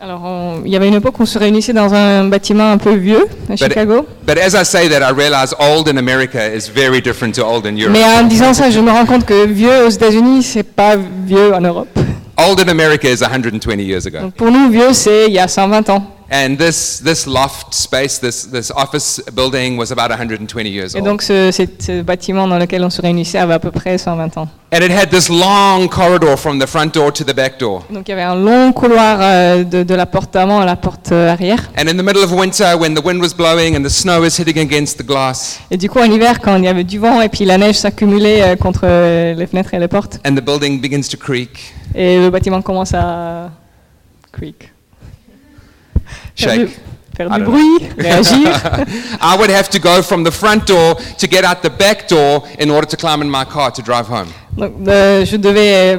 B: Alors, on- il y avait une époque où on se réunissait dans un bâtiment un peu vieux, à Chicago.
C: but, but as I say that, I realize old in America is very different to old in Europe.
B: Mais en disant ça, je me rends compte que vieux aux États-Unis, c'est pas vieux en Europe.
C: Old in America is 120 years ago.
B: Donc pour nous, vieux, c'est il y a 120 ans.
C: And this, this loft space, this, this office building was about 120 years
B: Et
C: old.
B: donc, ce, cette- ce bâtiment dans lequel on se réunissait avait à peu près 120 ans.
C: and it had this long corridor from the front door to the back door.
B: Donc, il y avait un long couloir euh, de, de la porte avant à la porte euh, arrière.
C: And in the middle of winter, when the wind was blowing and the snow was hitting against the glass,
B: Et du coup, en hiver, quand il y avait du vent et puis la neige s'accumulait euh, contre euh, les fenêtres et les portes,
C: and the building begins to creak,
B: et le bâtiment commence à creak, faire du,
C: shake.
B: faire du
C: I don't
B: bruit, réagir.
C: I would have to go from the front door to get out the back door in order to climb in my car to drive home.
B: Donc, euh, je devais euh,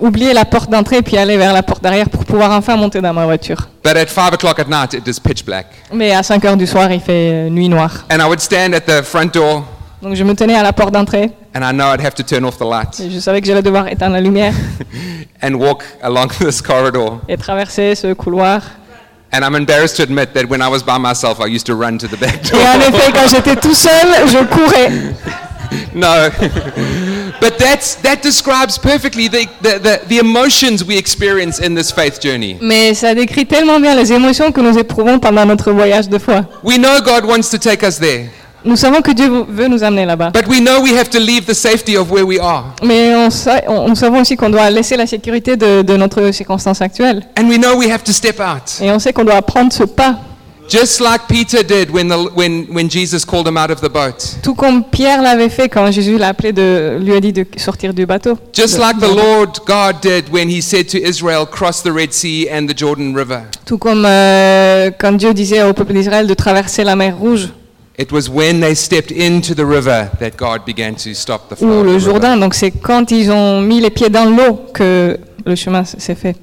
B: oublier la porte d'entrée puis aller vers la porte d'arrière pour pouvoir enfin monter dans ma voiture.
C: But at 5 o'clock at night, it is pitch black.
B: Mais à 5 heures du soir, il fait euh, nuit noire.
C: And I would stand at the front door,
B: Donc je me tenais à la porte d'entrée
C: and I know I'd have to turn off the light
B: et je savais que j'allais devoir éteindre la lumière
C: and walk along (laughs) this corridor.
B: et traverser ce couloir
C: And I'm embarrassed to admit that when I was by myself, I used to run to the back door.
B: Et en effet, quand j'étais tout seul, je courais.
C: (laughs) No. (laughs) but that's, that describes perfectly the, the, the, the emotions we experience in this faith journey.
B: Mais ça décrit tellement bien les émotions que nous éprouvons pendant notre voyage de foi.
C: We know God wants to take us there,
B: Nous savons que Dieu veut nous amener là-bas.
C: but we know we have to leave the safety of where we are.
B: Mais on sa- on- nous savons aussi qu'on doit laisser la sécurité de, de notre circonstance actuelle.
C: And we know we have to step out.
B: Et on sait qu'on doit prendre ce pas.
C: Just like Peter did when, the, when, when Jesus called him out of the boat.
B: Tout comme Pierre l'avait fait quand Jésus l'a appelé de, lui a dit de sortir du bateau.
C: Just like the Lord God did when he said to Israel, cross the Red Sea and the Jordan River.
B: Tout comme euh, quand Dieu disait au peuple d'Israël de traverser la mer Rouge
C: It was when they stepped into the river that God began to stop the flow.
B: ou
C: of the
B: le
C: river.
B: Jourdain. Donc c'est quand ils ont mis les pieds dans l'eau que le chemin s- s'est fait.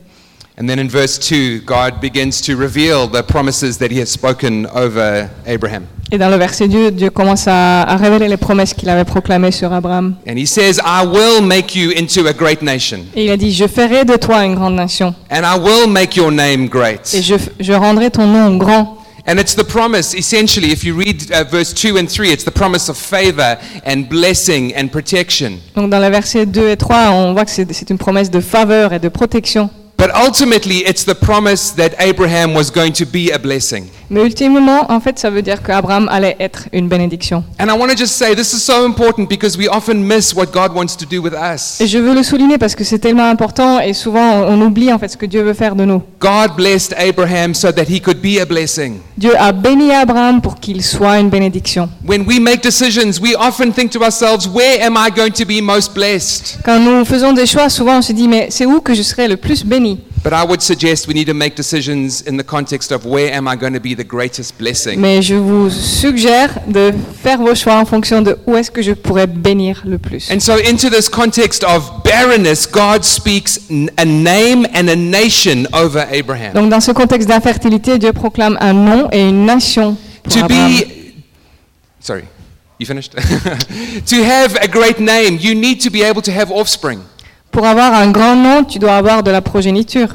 C: And then in verse 2, God begins to reveal the promises that he has spoken over Abraham.
B: Et dans le verset Dieu, Dieu commence à, à révéler les promesses qu'il avait proclamées sur Abraham.
C: And he says, I will make you into a great nation,
B: Et il a dit, je ferai de toi une grande nation,
C: and I will make your name
B: et
C: great.
B: je, f- je rendrai ton nom grand.
C: And it's the promise, essentially, if you read uh, verse 2 and 3, it's the promise of favor and blessing and protection.
B: Donc dans les versets 2 et 3, on voit que c'est c'est une promesse de faveur et de protection.
C: But ultimately, it's the promise that Abraham was going to be a blessing.
B: Mais ultimement, en fait, ça veut dire qu'Abraham allait être une bénédiction.
C: And I want to just say this is so important because we often miss what God wants to do with us.
B: Et je veux le souligner parce que c'est tellement important et souvent on on oublie en fait ce que Dieu veut faire de nous.
C: God blessed Abraham so that he could be a blessing.
B: Dieu a béni Abraham pour qu'il soit une bénédiction.
C: When we make decisions, we often think to ourselves, where am I going to be most blessed?
B: Quand nous faisons des choix, souvent on se dit mais c'est où que je serai le plus béni
C: But I would suggest we need to make decisions in the context of where am I going to be the greatest blessing?
B: Mais je vous suggère de faire vos choix en fonction de où est-ce que je pourrais bénir le plus.
C: And so, into this context of barrenness, God speaks n- a name and a nation over Abraham.
B: Donc dans ce contexte d'infertilité, Dieu proclame un nom et une nation pour
C: To
B: Abraham.
C: be. Sorry, you finished? (laughs) to have a great name, you need to be able to have offspring.
B: Pour avoir un grand nom, tu dois avoir de la progéniture.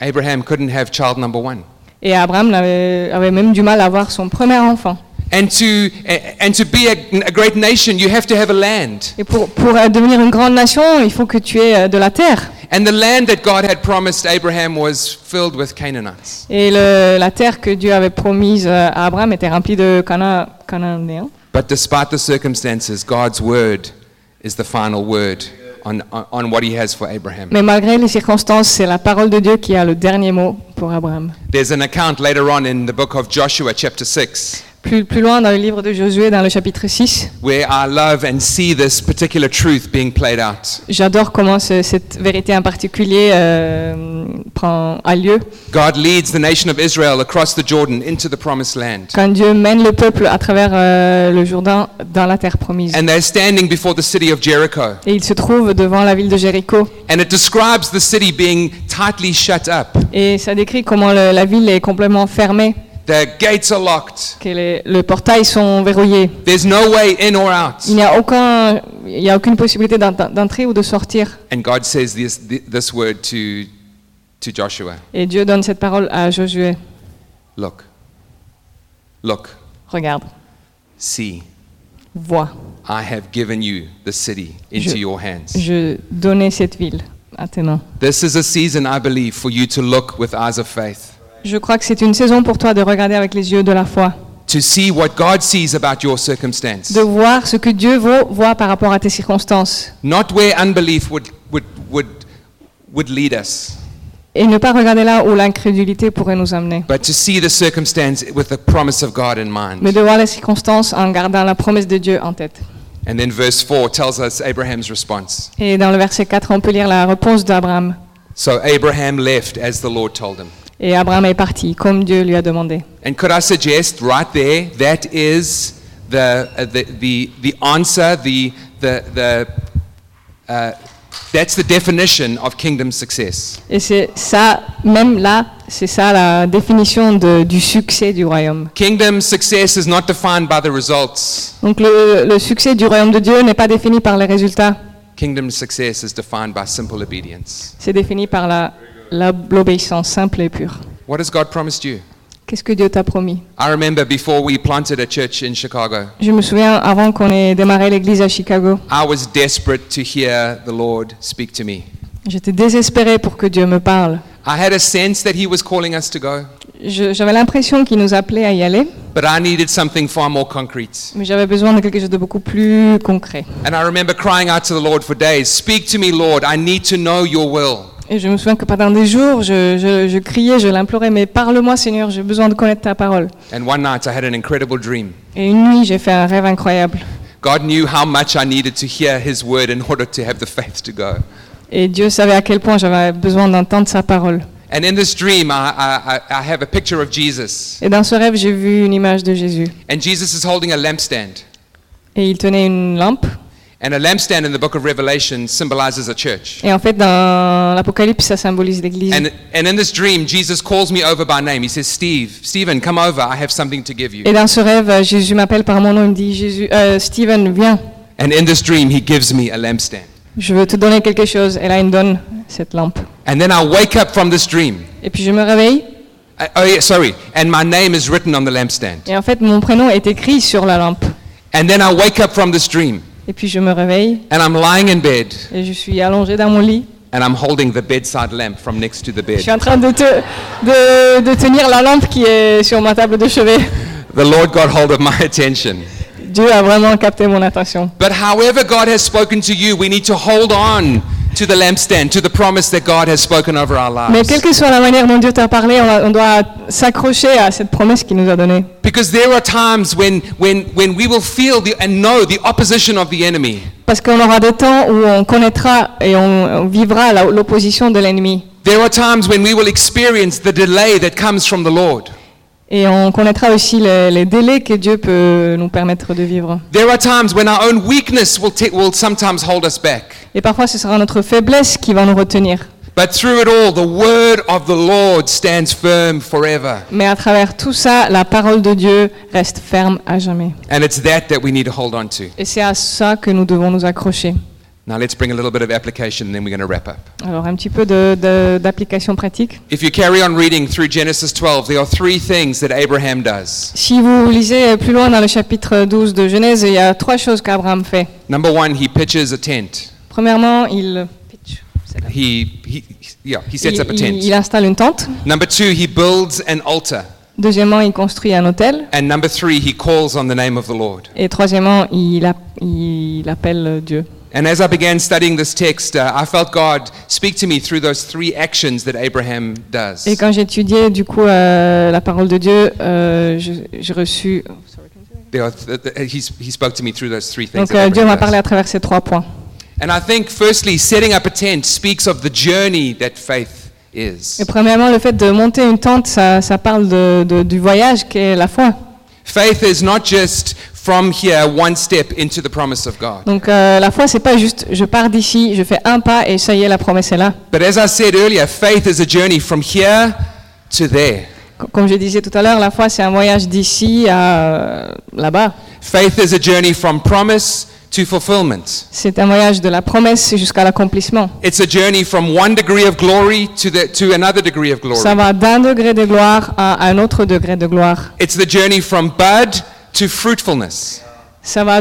C: Abraham couldn't have child number one.
B: Et Abraham avait, avait même du mal à avoir son premier enfant.
C: And to, a- and to be a, a great nation, you have to have a land.
B: Et pour, pour euh, devenir une grande nation, il faut que tu aies euh, de la terre.
C: And the land that God had promised Abraham was filled with Canaanites.
B: Et le- la terre que Dieu avait promise euh, à Abraham était remplie de Cana- Cananéens.
C: But despite the circumstances, God's word is the final word on, on, on what he has for Abraham.
B: Mais malgré les circonstances, c'est la parole de Dieu qui a le dernier mot pour Abraham.
C: There's an account later on in the book of Joshua, chapter 6,
B: Plus, plus loin dans le livre de Josué, dans le chapitre 6,
C: where I love and see this particular truth being played out.
B: j'adore comment ce- cette vérité en particulier euh, prend, a lieu.
C: God leads the nation of Israel across the Jordan into the promised land.
B: quand Dieu mène le peuple à travers euh, le Jourdain dans la terre promise.
C: And they're standing before the city of Jericho.
B: Et il se trouve devant la ville de Jéricho.
C: And it describes the city being tightly shut up.
B: Et ça décrit comment le- la ville est complètement fermée,
C: The gates are locked.
B: que les, le portail sont verrouillés.
C: There's no way in or out.
B: Il n'y a, aucun, il n'y a aucune possibilité d'ent- d'entrer ou de sortir.
C: And God says this, this word to, to Joshua
B: Et Dieu donne cette parole à Josué.
C: Look, look,
B: Regarde,
C: see,
B: vois,
C: I have given you the city into
B: Je-
C: your hands.
B: je donnais cette ville à tes mains.
C: This is a season, I believe, for you to look with eyes of faith,
B: Je crois que c'est une saison pour toi de regarder avec les yeux de la foi,
C: to see what God sees about your circumstance,
B: de voir ce que Dieu vo- voit par rapport à tes circonstances.
C: not where unbelief would, would, would, would lead us,
B: Et ne pas regarder là où l'incrédulité pourrait nous amener,
C: but to see the circumstance with the promise of God in mind.
B: mais de voir les circonstances en gardant la promesse de Dieu en tête.
C: And then verse 4 tells us Abraham's response.
B: Et dans le verset 4, on peut lire la réponse d'Abraham.
C: So Abraham left as the Lord told him.
B: Et Abraham est parti, comme Dieu lui a demandé.
C: And could I suggest right there that is the uh, the, the the answer the the the uh, that's the definition of kingdom success.
B: Et c'est ça, même là, c'est ça la définition de- du succès du royaume.
C: Kingdom success is not defined by the results.
B: Donc le, le succès du royaume de Dieu n'est pas défini par les résultats,
C: Kingdom success is defined by simple obedience.
B: c'est défini par la- la- l'obéissance simple et pure.
C: What has God promised you?
B: Qu'est-ce que Dieu t'a promis
C: I remember before we planted a church in Chicago,
B: Je me souviens avant qu'on ait démarré l'église à Chicago,
C: I was desperate to hear the Lord speak to me.
B: j'étais désespérée pour que Dieu me parle.
C: I had a sense that He was calling us to go,
B: Je- J'avais l'impression qu'il nous appelait à y aller,
C: but I needed something far more concrete.
B: mais j'avais besoin de quelque chose de beaucoup plus concret.
C: And I remember crying out to the Lord for days Speak to me, Lord, I need to know your will.
B: Et je me souviens que pendant des jours, je, je- je criais, je l'implorais, mais parle-moi Seigneur, j'ai besoin de connaître ta parole.
C: And one night I had an incredible dream.
B: Et une nuit, j'ai fait un rêve incroyable.
C: God knew how much I needed to hear His word in (laughs) order to have the faith to go.
B: Et Dieu savait à quel point j'avais besoin d'entendre sa parole.
C: And in this dream, I, I, I- I have a picture of Jesus.
B: Et dans ce rêve, j'ai vu une image de Jésus.
C: And Jesus is holding a lampstand.
B: Et il tenait une lampe.
C: And a lampstand in the book of Revelation symbolizes a church.
B: Et en fait, dans l'Apocalypse, ça symbolise l'Église.
C: And, and in this dream, Jesus calls me over by name. He says, Steve, Stephen, come over. I have something to give you.
B: Et dans ce rêve, Jésus m'appelle par mon nom. Il me dit Jésus, euh, Stephen, viens.
C: And in this dream, he gives me a lampstand.
B: Je veux te donner quelque chose. Et là, il me donne cette lampe.
C: And then I wake up from this dream.
B: Et puis je me réveille.
C: I- oh, yeah, sorry. And my name is written on the lampstand.
B: Et en fait, mon prénom est écrit sur la lampe.
C: And then I wake up from this dream.
B: Et puis je me réveille.
C: And I'm lying in bed.
B: Et je suis allongée dans mon lit.
C: And I'm holding the bedside lamp from next to the
B: Je
C: bed.
B: suis en train de, te- de- de tenir la lampe qui est sur ma table de chevet.
C: The Lord got hold of my (laughs) attention.
B: Dieu a vraiment capté mon attention.
C: But however God has spoken to you, we need to hold on to the lampstand, to the promise that God has spoken over our
B: Mais quelle
C: lives.
B: que soit la manière dont Dieu t'a parlé, on, a- on doit s'accrocher à cette promesse qu'il nous a donnée.
C: Because there are times when, when, when we will feel the, and know the opposition of the enemy.
B: Parce qu'on aura des temps où on connaîtra et on, on vivra la- l'opposition de l'ennemi.
C: There are times when we will experience the delay that comes from the Lord.
B: Et on connaîtra aussi les, les délais que Dieu peut nous permettre de vivre.
C: There are times when our own weakness will, ta- will sometimes hold us back.
B: Et parfois, ce sera notre faiblesse qui va nous retenir.
C: But through it all, the word of the Lord stands firm forever.
B: Mais à travers tout ça, la parole de Dieu reste ferme à jamais.
C: And it's that that we need to hold on to.
B: Et c'est à ça que nous devons nous accrocher.
C: Now let's bring a little bit of application, and then we're going to wrap up.
B: Alors, un petit peu de- de- d'application pratique.
C: If you carry on reading through Genesis 12, there are three things that Abraham does.
B: Si vous lisez plus loin dans le chapitre 12 de Genèse, il y a trois choses qu'Abraham fait.
C: Number one, he pitches a tent.
B: Premièrement, il,
C: He, he, yeah, he
B: il,
C: sets up a
B: il- il
C: tent.
B: installe une tente.
C: Number two, he builds an altar.
B: Deuxièmement, il construit un hôtel.
C: And number three, he calls on the name of the Lord.
B: Et troisièmement, il, a- il appelle euh, Dieu.
C: And as I began studying this text, uh, I felt God speak to me through those three actions that Abraham does.
B: Et quand j'étudiais du coup euh, la parole de Dieu, euh, je- j'ai reçu.
C: There are th- th- he's- he spoke to me through those three things.
B: Donc
C: that
B: euh, Dieu
C: Abraham
B: m'a
C: does.
B: parlé à travers ces trois points.
C: And I think, firstly, setting up a tent speaks of the journey that faith is.
B: Et premièrement, le fait de monter une tente, ça, ça parle de- de- du voyage qu'est la foi.
C: Faith is not just from here one step into the promise of God.
B: Donc euh, la foi, c'est pas juste je pars d'ici, je fais un pas et ça y est, la promesse est là.
C: But as I said earlier, faith is a journey from here to there.
B: Co- Comme je disais tout à l'heure, la foi, c'est un voyage d'ici à euh, là-bas.
C: Faith is a journey from promise to fulfillment.
B: C'est un voyage de la promesse jusqu'à l'accomplissement.
C: It's a journey from one degree of glory to, the, to another degree of glory.
B: Ça va d'un degré de gloire à un autre degré de gloire.
C: It's the journey from bud to fruitfulness.
B: Ça va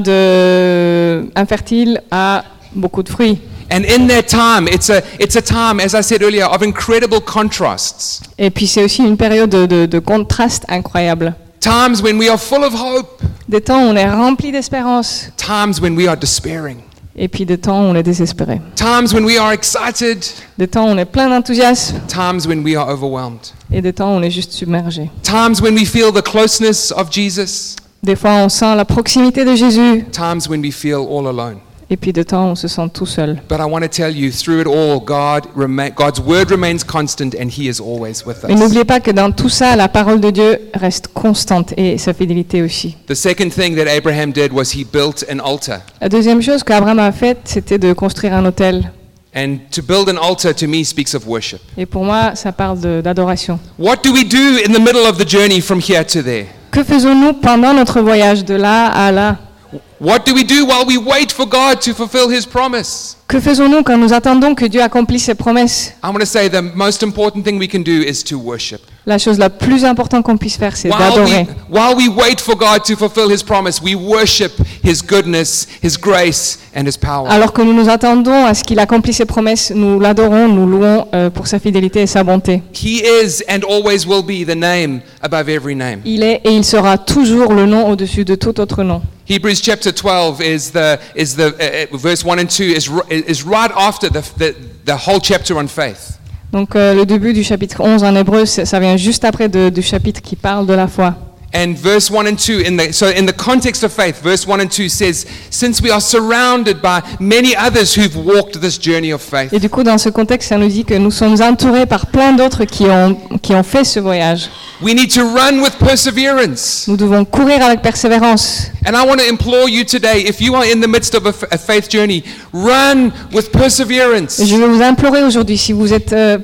B: de infertile à beaucoup de fruits.
C: And in that time, it's a, it's a time, as I said earlier, of incredible contrasts.
B: Et puis c'est aussi une période de, de- de contraste incroyable.
C: Times when we are full of hope,
B: Des temps où on est rempli d'espérance
C: times when we are despairing,
B: et puis des temps où on est désespéré.
C: times when we are excited,
B: Des temps où on est plein d'enthousiasme
C: times when we are overwhelmed,
B: et des temps où on est juste submergé.
C: times when we feel the closeness of Jesus,
B: Des fois on sent la proximité de Jésus
C: times when we feel all alone.
B: et puis des temps où on se sent tout seul.
C: But I want to tell you, through it all, God rema- God's word remains constant and He is always with
B: Mais
C: us.
B: n'oubliez pas que dans tout ça, la parole de Dieu reste constante et sa fidélité aussi.
C: The second thing that Abraham did was he built an altar.
B: La deuxième chose qu'Abraham a faite, c'était de construire un hôtel.
C: And to build an altar to me speaks of worship.
B: Et pour moi, ça parle de- d'adoration.
C: What do we do in the middle of the journey from here to there?
B: Que faisons-nous pendant notre voyage de là à là
C: What do we do while we wait for God to fulfill His promise?
B: Que faisons-nous quand nous attendons que Dieu accomplisse ses promesses
C: I want to say the most important thing we can do is to worship.
B: la chose la plus importante qu'on puisse faire, c'est
C: While we,
B: d'adorer.
C: while we wait for God to fulfill His promise, we worship His goodness, His grace, and His power.
B: Alors que nous nous attendons à ce qu'il accomplisse ses promesses, nous l'adorons, nous louons euh, pour sa fidélité et sa bonté.
C: He is and always will be the name above every name.
B: Il est et il sera toujours le nom au-dessus de tout autre nom.
C: Hebrews chapter 12 is the, is the uh, uh, verse 1 and 2 is, r- is right after the, the, the whole chapter on faith.
B: Donc euh, le début du chapitre 11 en hébreu, c'est- ça vient juste après de- du chapitre qui parle de la foi.
C: And verse 1 and 2, in the, so in the context of faith, verse 1 and 2 says, Since we are surrounded by many others who've walked this journey of faith,
B: Et du coup, dans ce contexte, ça nous dit que nous sommes entourés par plein d'autres qui ont, qui ont fait ce voyage.
C: we need to run with perseverance.
B: Nous devons courir avec persévérance.
C: And I want to implore you today, if you are in the midst of a, f- a faith journey, run with perseverance.
B: Et Je vais vous implorer aujourd'hui, si vous êtes euh,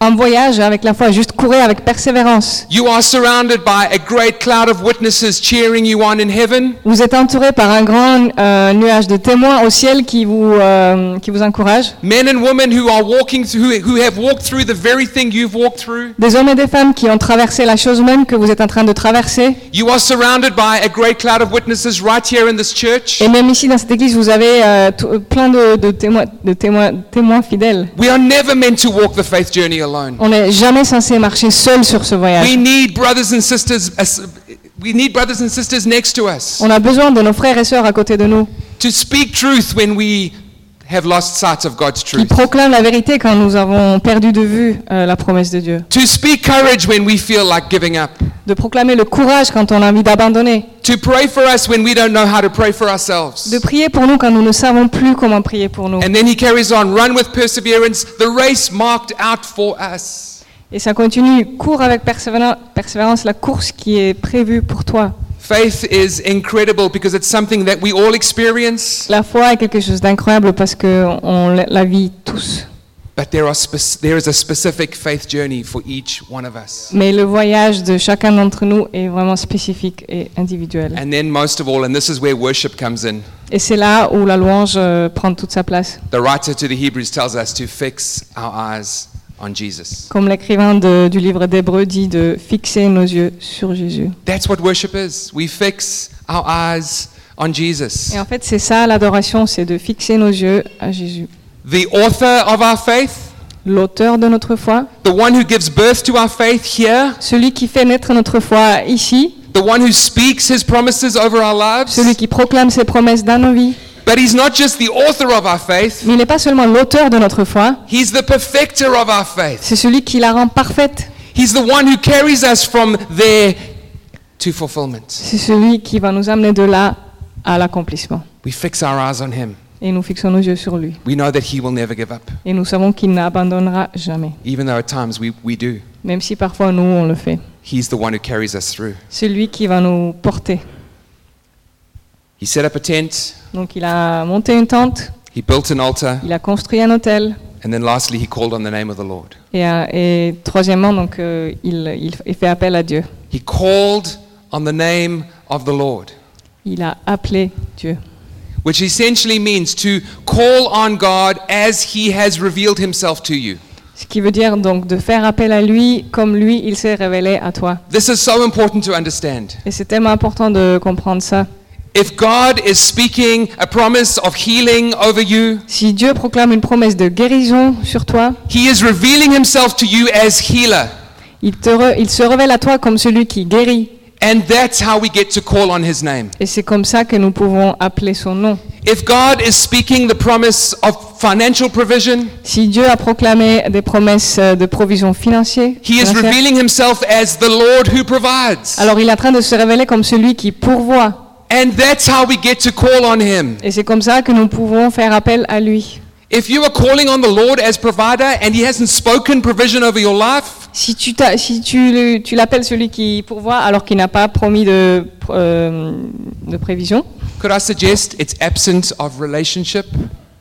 B: en voyage avec la foi, juste courez avec persévérance.
C: You are surrounded by a great cloud of witnesses cheering you on in heaven.
B: Vous êtes entourés par un grand euh, nuage de témoins au ciel qui vous, euh, qui vous encourage.
C: Men and women who are walking through, who have walked through the very thing you've walked through.
B: Des hommes et des femmes qui ont traversé la chose même que vous êtes en train de traverser.
C: You are surrounded by a great cloud of witnesses right here in this church.
B: Et même ici dans cette église, vous avez euh, tout- euh, plein de, de témoins, de témoins, témoins fidèles.
C: We are never meant to walk the faith journey alone.
B: On n'est jamais censé marcher seul sur ce voyage.
C: We need brothers and sisters. as- We need brothers and sisters next to us
B: On a besoin de nos frères et sœurs à côté de nous,
C: to speak truth when we have lost sight of God's
B: qui
C: truth.
B: proclament la vérité quand nous avons perdu de vue euh, la promesse de Dieu,
C: To speak courage when we feel like giving up.
B: de proclamer le courage quand on a envie d'abandonner,
C: To pray for us when we don't know how to pray for ourselves.
B: de prier pour nous quand nous ne savons plus comment prier pour nous.
C: And then he carries on run with perseverance, the race marked out for us.
B: Et ça continue, cours avec persévéra- persévérance la course qui est prévue pour toi.
C: Faith is incredible because it's something that we all experience,
B: La foi est quelque chose d'incroyable parce que on la- la vit tous.
C: but there, are spec- there is a specific faith journey for each one of us.
B: Mais le voyage de chacun d'entre nous est vraiment spécifique et individuel.
C: And then, most of all, and this is where worship comes in,
B: Et c'est là où la louange euh, prend toute sa place.
C: the writer to the Hebrews tells us to fix our eyes on Jesus.
B: Comme l'écrivain de- du livre d'Hébreux dit de fixer nos yeux sur Jésus.
C: That's what worship is. We fix our eyes on Jesus.
B: Et en fait, c'est ça l'adoration, c'est de fixer nos yeux à Jésus.
C: The author of our faith,
B: L'auteur de notre foi,
C: the one who gives birth to our faith here,
B: celui qui fait naître notre foi ici,
C: the one who speaks his promises over our lives.
B: celui qui proclame ses promesses dans nos vies.
C: But he's not just the author of our faith,
B: Mais il n'est pas seulement l'auteur de notre foi,
C: he's the perfecter of our faith.
B: c'est celui qui la rend parfaite.
C: He's the one who carries us from there to fulfillment.
B: C'est celui qui va nous amener de là à l'accomplissement.
C: We fix our eyes on him.
B: Et nous fixons nos yeux sur lui.
C: We know that he will never give up,
B: Et nous savons qu'il n'abandonnera jamais,
C: even though at times we, we do.
B: même si parfois nous, on le fait.
C: He's the one who carries us through.
B: Celui qui va nous porter.
C: He set up a tent,
B: Donc il a monté une tente,
C: he built an altar,
B: il a construit un hôtel.
C: and then lastly, he called on the name of the Lord.
B: Et, euh, et troisièmement, donc, euh, il, il- il fait appel à Dieu.
C: He called on the name of the Lord.
B: Il a appelé Dieu.
C: which essentially means to call on God as he has revealed himself to you.
B: Ce qui veut dire donc de faire appel à lui comme lui, il s'est révélé à toi.
C: This is so important to understand.
B: Et c'est tellement important de comprendre ça.
C: If God is speaking a promise of healing over you,
B: Si Dieu proclame une promesse de guérison sur toi,
C: he is revealing himself to you as healer.
B: il, te re- il se révèle à toi comme celui qui guérit.
C: And that's how we get to call on his name.
B: Et c'est comme ça que nous pouvons appeler son nom.
C: If God is speaking the promise of financial provision,
B: Si Dieu a proclamé des promesses euh, de provision financière,
C: he is
B: financière,
C: revealing himself as the Lord who provides.
B: alors il est en train de se révéler comme celui qui pourvoit.
C: And that's how we get to call on him.
B: Et c'est comme ça que nous pouvons faire appel à lui.
C: If you are calling on the Lord as provider and he hasn't spoken provision over your life,
B: Si tu, t'as- si tu, le- tu l'appelles celui qui pourvoit alors qu'il n'a pas promis de, pr- euh, de prévision,
C: Could I suggest it's absence of relationship?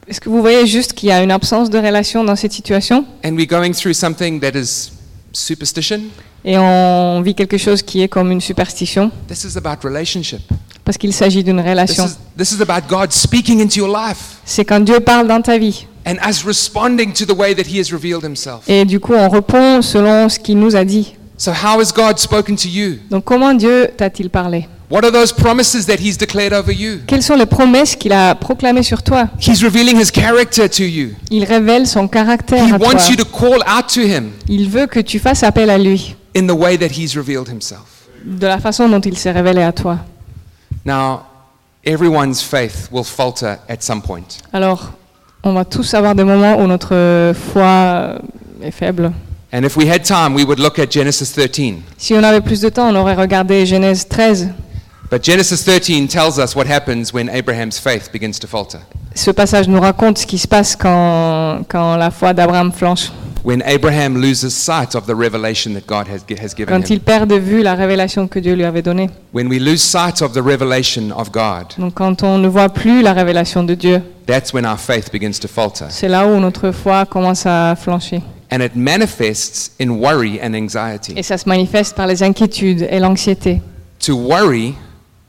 B: est-ce que vous voyez juste qu'il y a une absence de relation dans cette situation
C: And we're going through something that is superstition?
B: et on vit quelque chose qui est comme une superstition
C: This is about relationship.
B: parce qu'il s'agit d'une
C: This
B: relation.
C: is, this is about God speaking into your life
B: C'est quand Dieu parle dans ta vie.
C: and us responding to the way that He has revealed Himself.
B: Et du coup, on répond selon ce qu'il nous a dit.
C: So, how has God spoken to you?
B: Donc comment Dieu t'a-t-il parlé
C: What are those promises that He's declared over you?
B: Quelles sont les promesses qu'il a proclamées sur toi
C: He's revealing His character to you.
B: Il révèle son
C: He
B: caractère à toi.
C: wants you to call out to Him
B: Il veut que tu fasses appel à lui,
C: in the way that He's revealed Himself.
B: de la façon dont il s'est révélé à toi.
C: Now, everyone's faith will falter at some point.
B: Alors, on va tous avoir des moments où notre euh, foi euh, est faible.
C: And if we had time, we would look at Genesis 13.
B: Si on avait plus de temps, on aurait regardé Genèse 13.
C: But Genesis 13 tells us what happens when Abraham's faith begins to falter.
B: Ce passage nous raconte ce qui se passe quand, quand la foi d'Abraham flanche,
C: When Abraham loses sight of the revelation that God has, has given
B: quand il
C: him.
B: perd de vue la révélation que Dieu lui avait donnée.
C: When we lose sight of the revelation of God,
B: Donc quand on ne voit plus la révélation de Dieu,
C: that's when our faith begins to falter.
B: c'est là où notre foi commence à flancher.
C: And it manifests in worry and anxiety.
B: Et ça se manifeste par les inquiétudes et l'anxiété.
C: To worry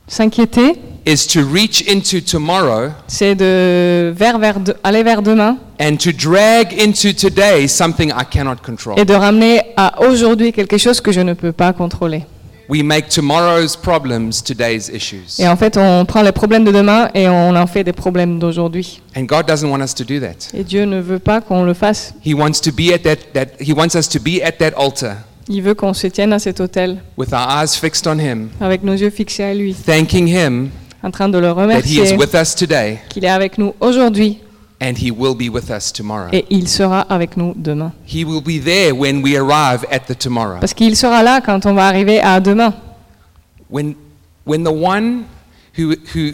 B: S'inquiéter,
C: is to reach into tomorrow
B: c'est de vers, vers de- aller vers demain
C: and to drag into today something I cannot control.
B: et de ramener à aujourd'hui quelque chose que je ne peux pas contrôler.
C: We make tomorrow's problems today's issues.
B: Et en fait, on prend les problèmes de demain et on en fait des problèmes d'aujourd'hui.
C: And God doesn't want us to do that.
B: Et Dieu ne veut pas qu'on le fasse.
C: He wants to be at that, that He wants us to be at that altar
B: Il veut qu'on se tienne à cet autel
C: with our eyes fixed on Him,
B: avec nos yeux fixés à lui,
C: thanking Him
B: en train de le
C: that He is
B: remercier
C: with us today
B: qu'il est avec nous aujourd'hui
C: and He will be with us tomorrow.
B: et il sera avec nous demain.
C: He will be there when we arrive at the tomorrow.
B: Parce qu'il sera là quand on va arriver à demain.
C: When, when the one who, who,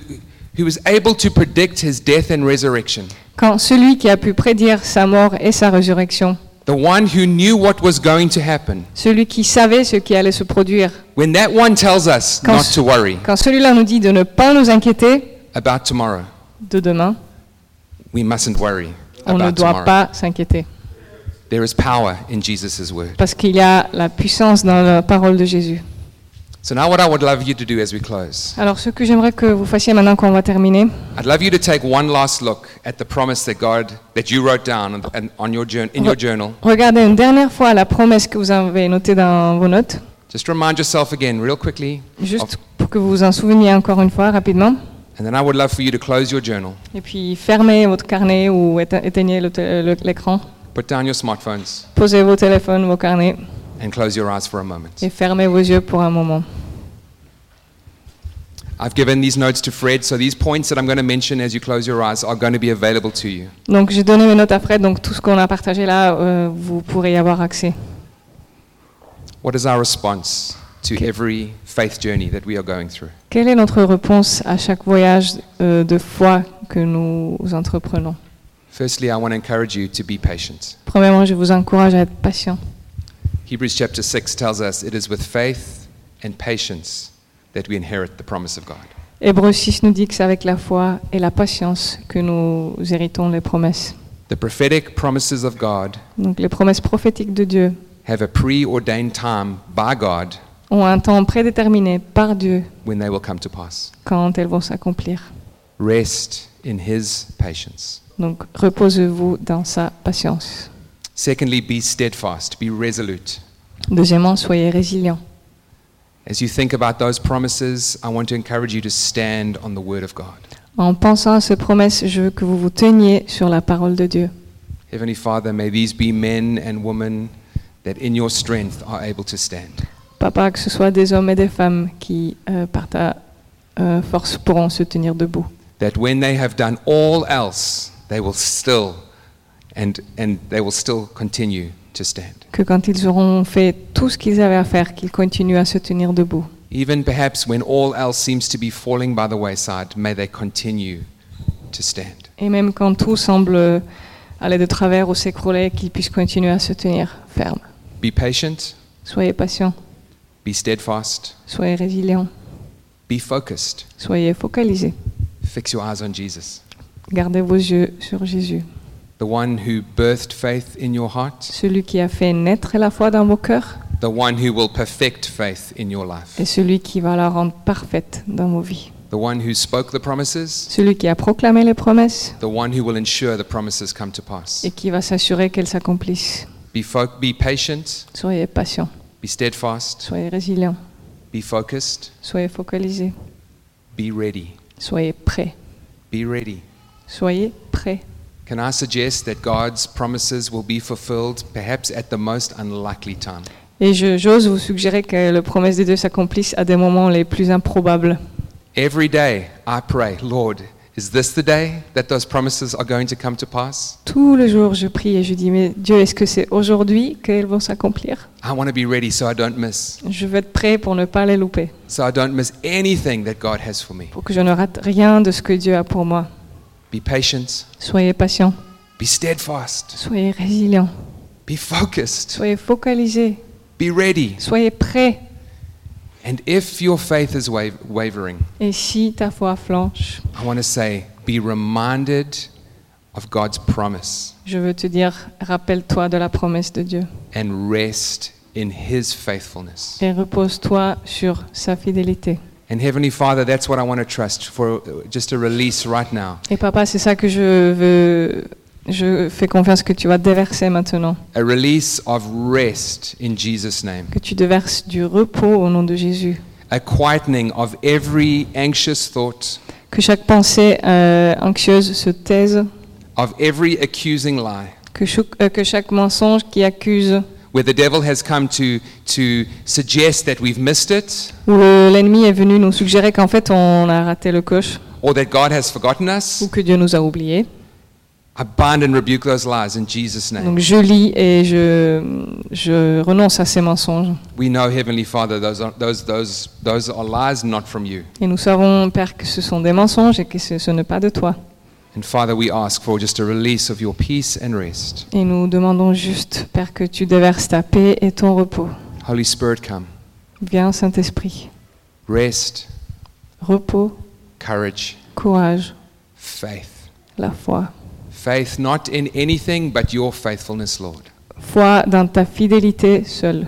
C: who is able to predict His death and resurrection,
B: Quand celui qui a pu prédire sa mort et sa résurrection,
C: the one who knew what was going to happen,
B: celui qui savait ce qui allait se produire,
C: when that one tells us
B: Quand-
C: not to worry
B: quand celui-là nous dit de ne pas nous inquiéter
C: about tomorrow,
B: de demain,
C: we mustn't worry
B: on ne
C: about
B: doit
C: tomorrow.
B: pas s'inquiéter.
C: There is power in Jesus' word.
B: Parce qu'il y a la puissance dans la parole de Jésus.
C: So now what I would love you to do as we close.
B: Alors ce que j'aimerais que vous fassiez maintenant qu'on va terminer,
C: I'd love you to take one last look at the promise that God, that you wrote down on, and on your jour- in your journal.
B: regardez une dernière fois la promesse que vous avez notée dans vos notes,
C: Just remind yourself again, real quickly,
B: juste pour que vous vous en souveniez encore une fois rapidement.
C: and then I would love for you to close your journal,
B: Et puis fermez votre carnet ou éte- éteignez le té- le- l'écran.
C: put down your smartphones,
B: Posez vos téléphones, vos carnets
C: and close your eyes for a moment.
B: et fermez vos yeux pour un moment.
C: I've given these notes to Fred, so these points that I'm going to mention as you close your eyes are going to be available to you.
B: Donc j'ai donné mes notes à Fred, donc tout ce qu'on a partagé là, euh, vous pourrez y avoir accès.
C: What is our response to every faith journey that we are going through?
B: Quelle est notre réponse à chaque voyage euh, de foi que nous entreprenons
C: Firstly, I want to encourage you to be patient.
B: Premièrement, je vous encourage à être patient.
C: Hebrews chapter 6 tells us it is with faith and patience that we inherit the promise of God.
B: Hébreux 6 nous dit que c'est avec la foi et la patience que nous héritons les promesses.
C: The prophetic promises of God
B: Donc les promesses prophétiques de Dieu
C: have a preordained time by God
B: ont un temps prédéterminé par Dieu
C: when they will come to pass.
B: quand elles vont s'accomplir.
C: Rest in His patience.
B: Donc reposez-vous dans sa patience.
C: Secondly, be steadfast, be resolute.
B: Deuxièmement, soyez résilients.
C: As you think about those promises, I want to encourage you to stand on the Word of God.
B: En pensant à ces promesses, je veux que vous vous teniez sur la parole de Dieu.
C: Heavenly Father, may these be men and women that in your strength are able to stand.
B: Papa, que ce soit des hommes et des femmes qui, euh, par ta euh, force, pourront se tenir debout.
C: That when they have done all else, they will still and, and they will still continue to stand.
B: Que quand ils auront fait tout ce qu'ils avaient à faire, qu'ils continuent à se tenir debout.
C: Even perhaps when all else seems to be falling by the wayside, may they continue to stand.
B: Et même quand tout semble aller de travers ou s'écrouler, qu'ils puissent continuer à se tenir ferme.
C: Be patient,
B: Soyez patients,
C: be steadfast,
B: soyez résilients,
C: be focused.
B: soyez focalisés.
C: Fix your eyes on Jesus,
B: Gardez vos yeux sur Jésus.
C: the one who birthed faith in your heart,
B: celui qui a fait naître la foi dans vos cœurs
C: the one who will perfect faith in your life,
B: et celui qui va la rendre parfaite dans vos vies.
C: the one who spoke the promises,
B: Celui qui a proclamé les promesses
C: the one who will ensure the promises come to pass.
B: et qui va s'assurer qu'elles s'accomplissent.
C: Be, fo- be patient,
B: Soyez patients,
C: be Be steadfast,
B: Soyez résilient,
C: be focused,
B: soyez focalisé,
C: be ready.
B: soyez prêt,
C: Be ready.
B: soyez prêt.
C: Can I suggest that God's promises will be fulfilled perhaps at the most unlikely time?
B: Et je- j'ose vous suggérer que les promesses des dieux s'accomplissent à des moments les plus improbables.
C: Every day I pray, Lord, is this the day that those promises are going to come to pass?
B: Tout le jour, je prie et je dis, mais Dieu, est-ce que c'est aujourd'hui qu'elles vont s'accomplir
C: I want to be ready so I don't miss,
B: Je veux être prêt pour ne pas les louper,
C: so I don't miss anything that God has for me.
B: pour que je ne rate rien de ce que Dieu a pour moi.
C: Be patient,
B: Soyez patient,
C: be steadfast,
B: soyez résilient,
C: be focused,
B: soyez focalisé,
C: be ready.
B: soyez prêt.
C: And if your faith is wa- wavering,
B: Et si ta foi flanche,
C: I want to say, be reminded of God's promise
B: je veux te dire, rappelle-toi de la promesse de Dieu
C: and rest in His faithfulness.
B: et repose-toi sur sa fidélité.
C: And Heavenly Father, that's what I want to trust for uh, just a release right now.
B: Et papa, c'est ça que je veux. Je fais confiance que tu vas déverser maintenant,
C: A release of rest in Jesus' name.
B: que tu déverses du repos au nom de Jésus,
C: A quietening of every anxious thought,
B: que chaque pensée euh, anxieuse se taise,
C: of every accusing lie,
B: que, chou- euh, que chaque mensonge qui accuse,
C: where the devil has come to, to suggest that we've missed it,
B: où le- l'ennemi est venu nous suggérer qu'en fait on a raté le coche
C: or that God has forgotten us.
B: ou que Dieu nous a oubliés.
C: I bind and rebuke those lies in Jesus' name.
B: Donc je lis et je, je renonce à ces mensonges.
C: We know, Heavenly Father, those are, those, those, those are lies not from you.
B: Et nous savons, Père, que ce sont des mensonges et que ce, ce n'est pas de toi.
C: And Father, we ask for just a release of your peace and rest.
B: Et nous demandons juste, Père, que tu déverses ta paix et ton repos.
C: Holy Spirit, come.
B: Viens, Saint-Esprit.
C: Rest,
B: Repos,
C: courage,
B: courage,
C: faith.
B: la foi.
C: Faith not in anything but your faithfulness, Lord.
B: Foi dans ta fidélité seule.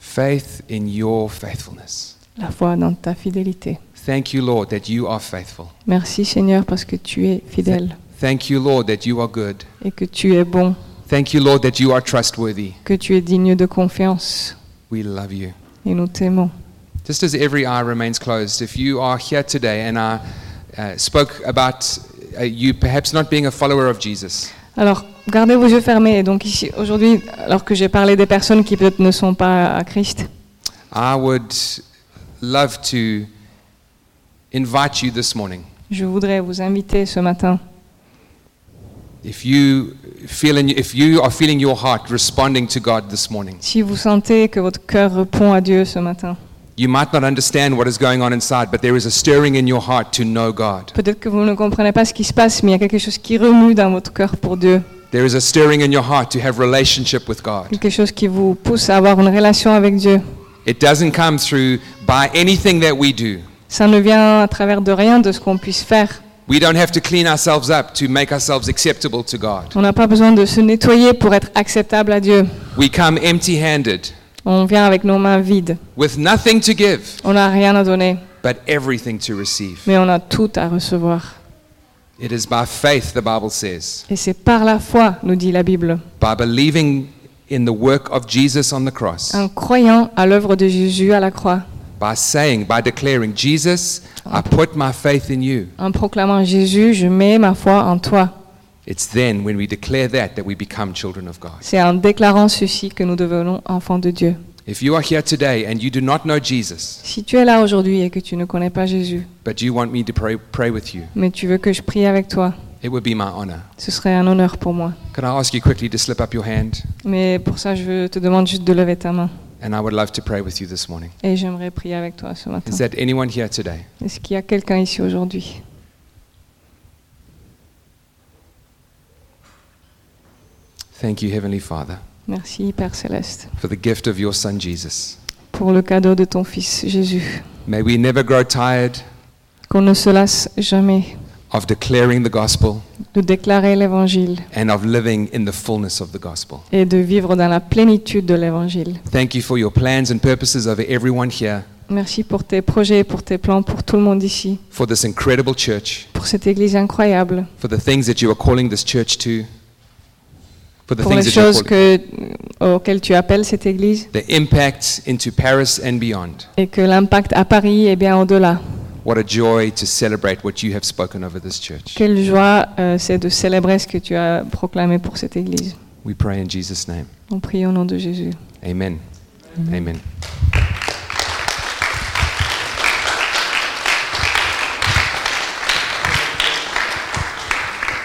C: Faith in your faithfulness.
B: La foi dans ta fidélité.
C: Thank you, Lord, that you are faithful.
B: Merci, Seigneur, parce que tu es fidèle
C: Thank you, Lord, that you are good.
B: et que tu es bon,
C: Thank you, Lord, that you are trustworthy.
B: que tu es digne de confiance.
C: We love you.
B: Et nous t'aimons.
C: Just as every eye remains closed, if you are here today and I uh, spoke about uh, you perhaps not being a follower of Jesus,
B: Alors, gardez vos yeux fermés. Et donc ici, aujourd'hui, alors que j'ai parlé des personnes qui peut-être ne sont pas à Christ,
C: I would love to invite you this morning.
B: je voudrais vous inviter ce matin
C: If you feel in, if you are feeling your heart responding to God this morning,
B: Si vous sentez que votre cœur répond à Dieu ce matin,
C: you might not understand what is going on inside, but there is a stirring in your heart to know God.
B: peut-être que vous ne comprenez pas ce qui se passe, mais il y a quelque chose qui remue dans votre cœur pour Dieu,
C: There is a stirring in your heart to have relationship with God.
B: quelque chose qui vous pousse à avoir une relation avec Dieu.
C: It doesn't come through by anything that we do.
B: Ça ne vient à travers de rien de ce qu'on puisse faire.
C: We don't have to clean ourselves up to make ourselves acceptable to God.
B: On n'a pas besoin de se nettoyer pour être acceptable à Dieu.
C: We come empty handed
B: On vient avec nos mains vides.
C: with nothing to give,
B: On n'a rien à donner,
C: but everything to receive.
B: mais on a tout à recevoir.
C: It is by faith, the Bible says,
B: Et c'est par la foi, nous dit la Bible,
C: by believing in the work of Jesus on the cross,
B: en croyant à l'œuvre de Jésus à la croix,
C: by saying, by declaring, Jesus, I put my faith in you.
B: en proclamant Jésus, je mets ma foi en toi.
C: It's then when we declare that that we become children of God.
B: C'est en déclarant ceci que nous devenons enfants de Dieu.
C: If you are here today and you do not know Jesus,
B: Si tu es là aujourd'hui et que tu ne connais pas Jésus,
C: but you want me to pray, pray with you,
B: mais tu veux que je prie avec toi,
C: it would be my honor.
B: ce serait un honneur pour moi.
C: Can I ask you quickly to slip up your hand?
B: Mais pour ça, je veux- te demande juste de lever ta main.
C: And I would love to pray with you this morning.
B: Et j'aimerais prier avec toi ce matin.
C: Is that anyone here today?
B: Est-ce qu'il y a quelqu'un ici aujourd'hui
C: Thank you, Heavenly Father,
B: Merci Père Céleste
C: for the gift of your Son Jesus.
B: pour le cadeau de ton Fils Jésus.
C: May we never grow tired
B: Qu'on ne se lasse jamais
C: of declaring the gospel
B: de déclarer l'Évangile
C: and of living in the fullness of the gospel.
B: et de vivre dans la plénitude de l'Évangile.
C: Thank you for your plans and purposes over everyone here,
B: Merci pour tes projets, pour tes plans, pour tout le monde ici,
C: for this incredible church,
B: pour cette Église incroyable.
C: for the things that you are calling this church to. for the
B: pour les
C: things that you're
B: choses
C: called.
B: que, auxquelles tu appelles cette Église
C: The impact into Paris and beyond.
B: et que l'impact à Paris est bien au-delà.
C: What a joy to celebrate what you have spoken over this church.
B: Quelle joie euh, c'est de célébrer ce que tu as proclamé pour cette Église.
C: We pray in Jesus' name.
B: On prie au nom de Jésus.
C: Amen. Amen.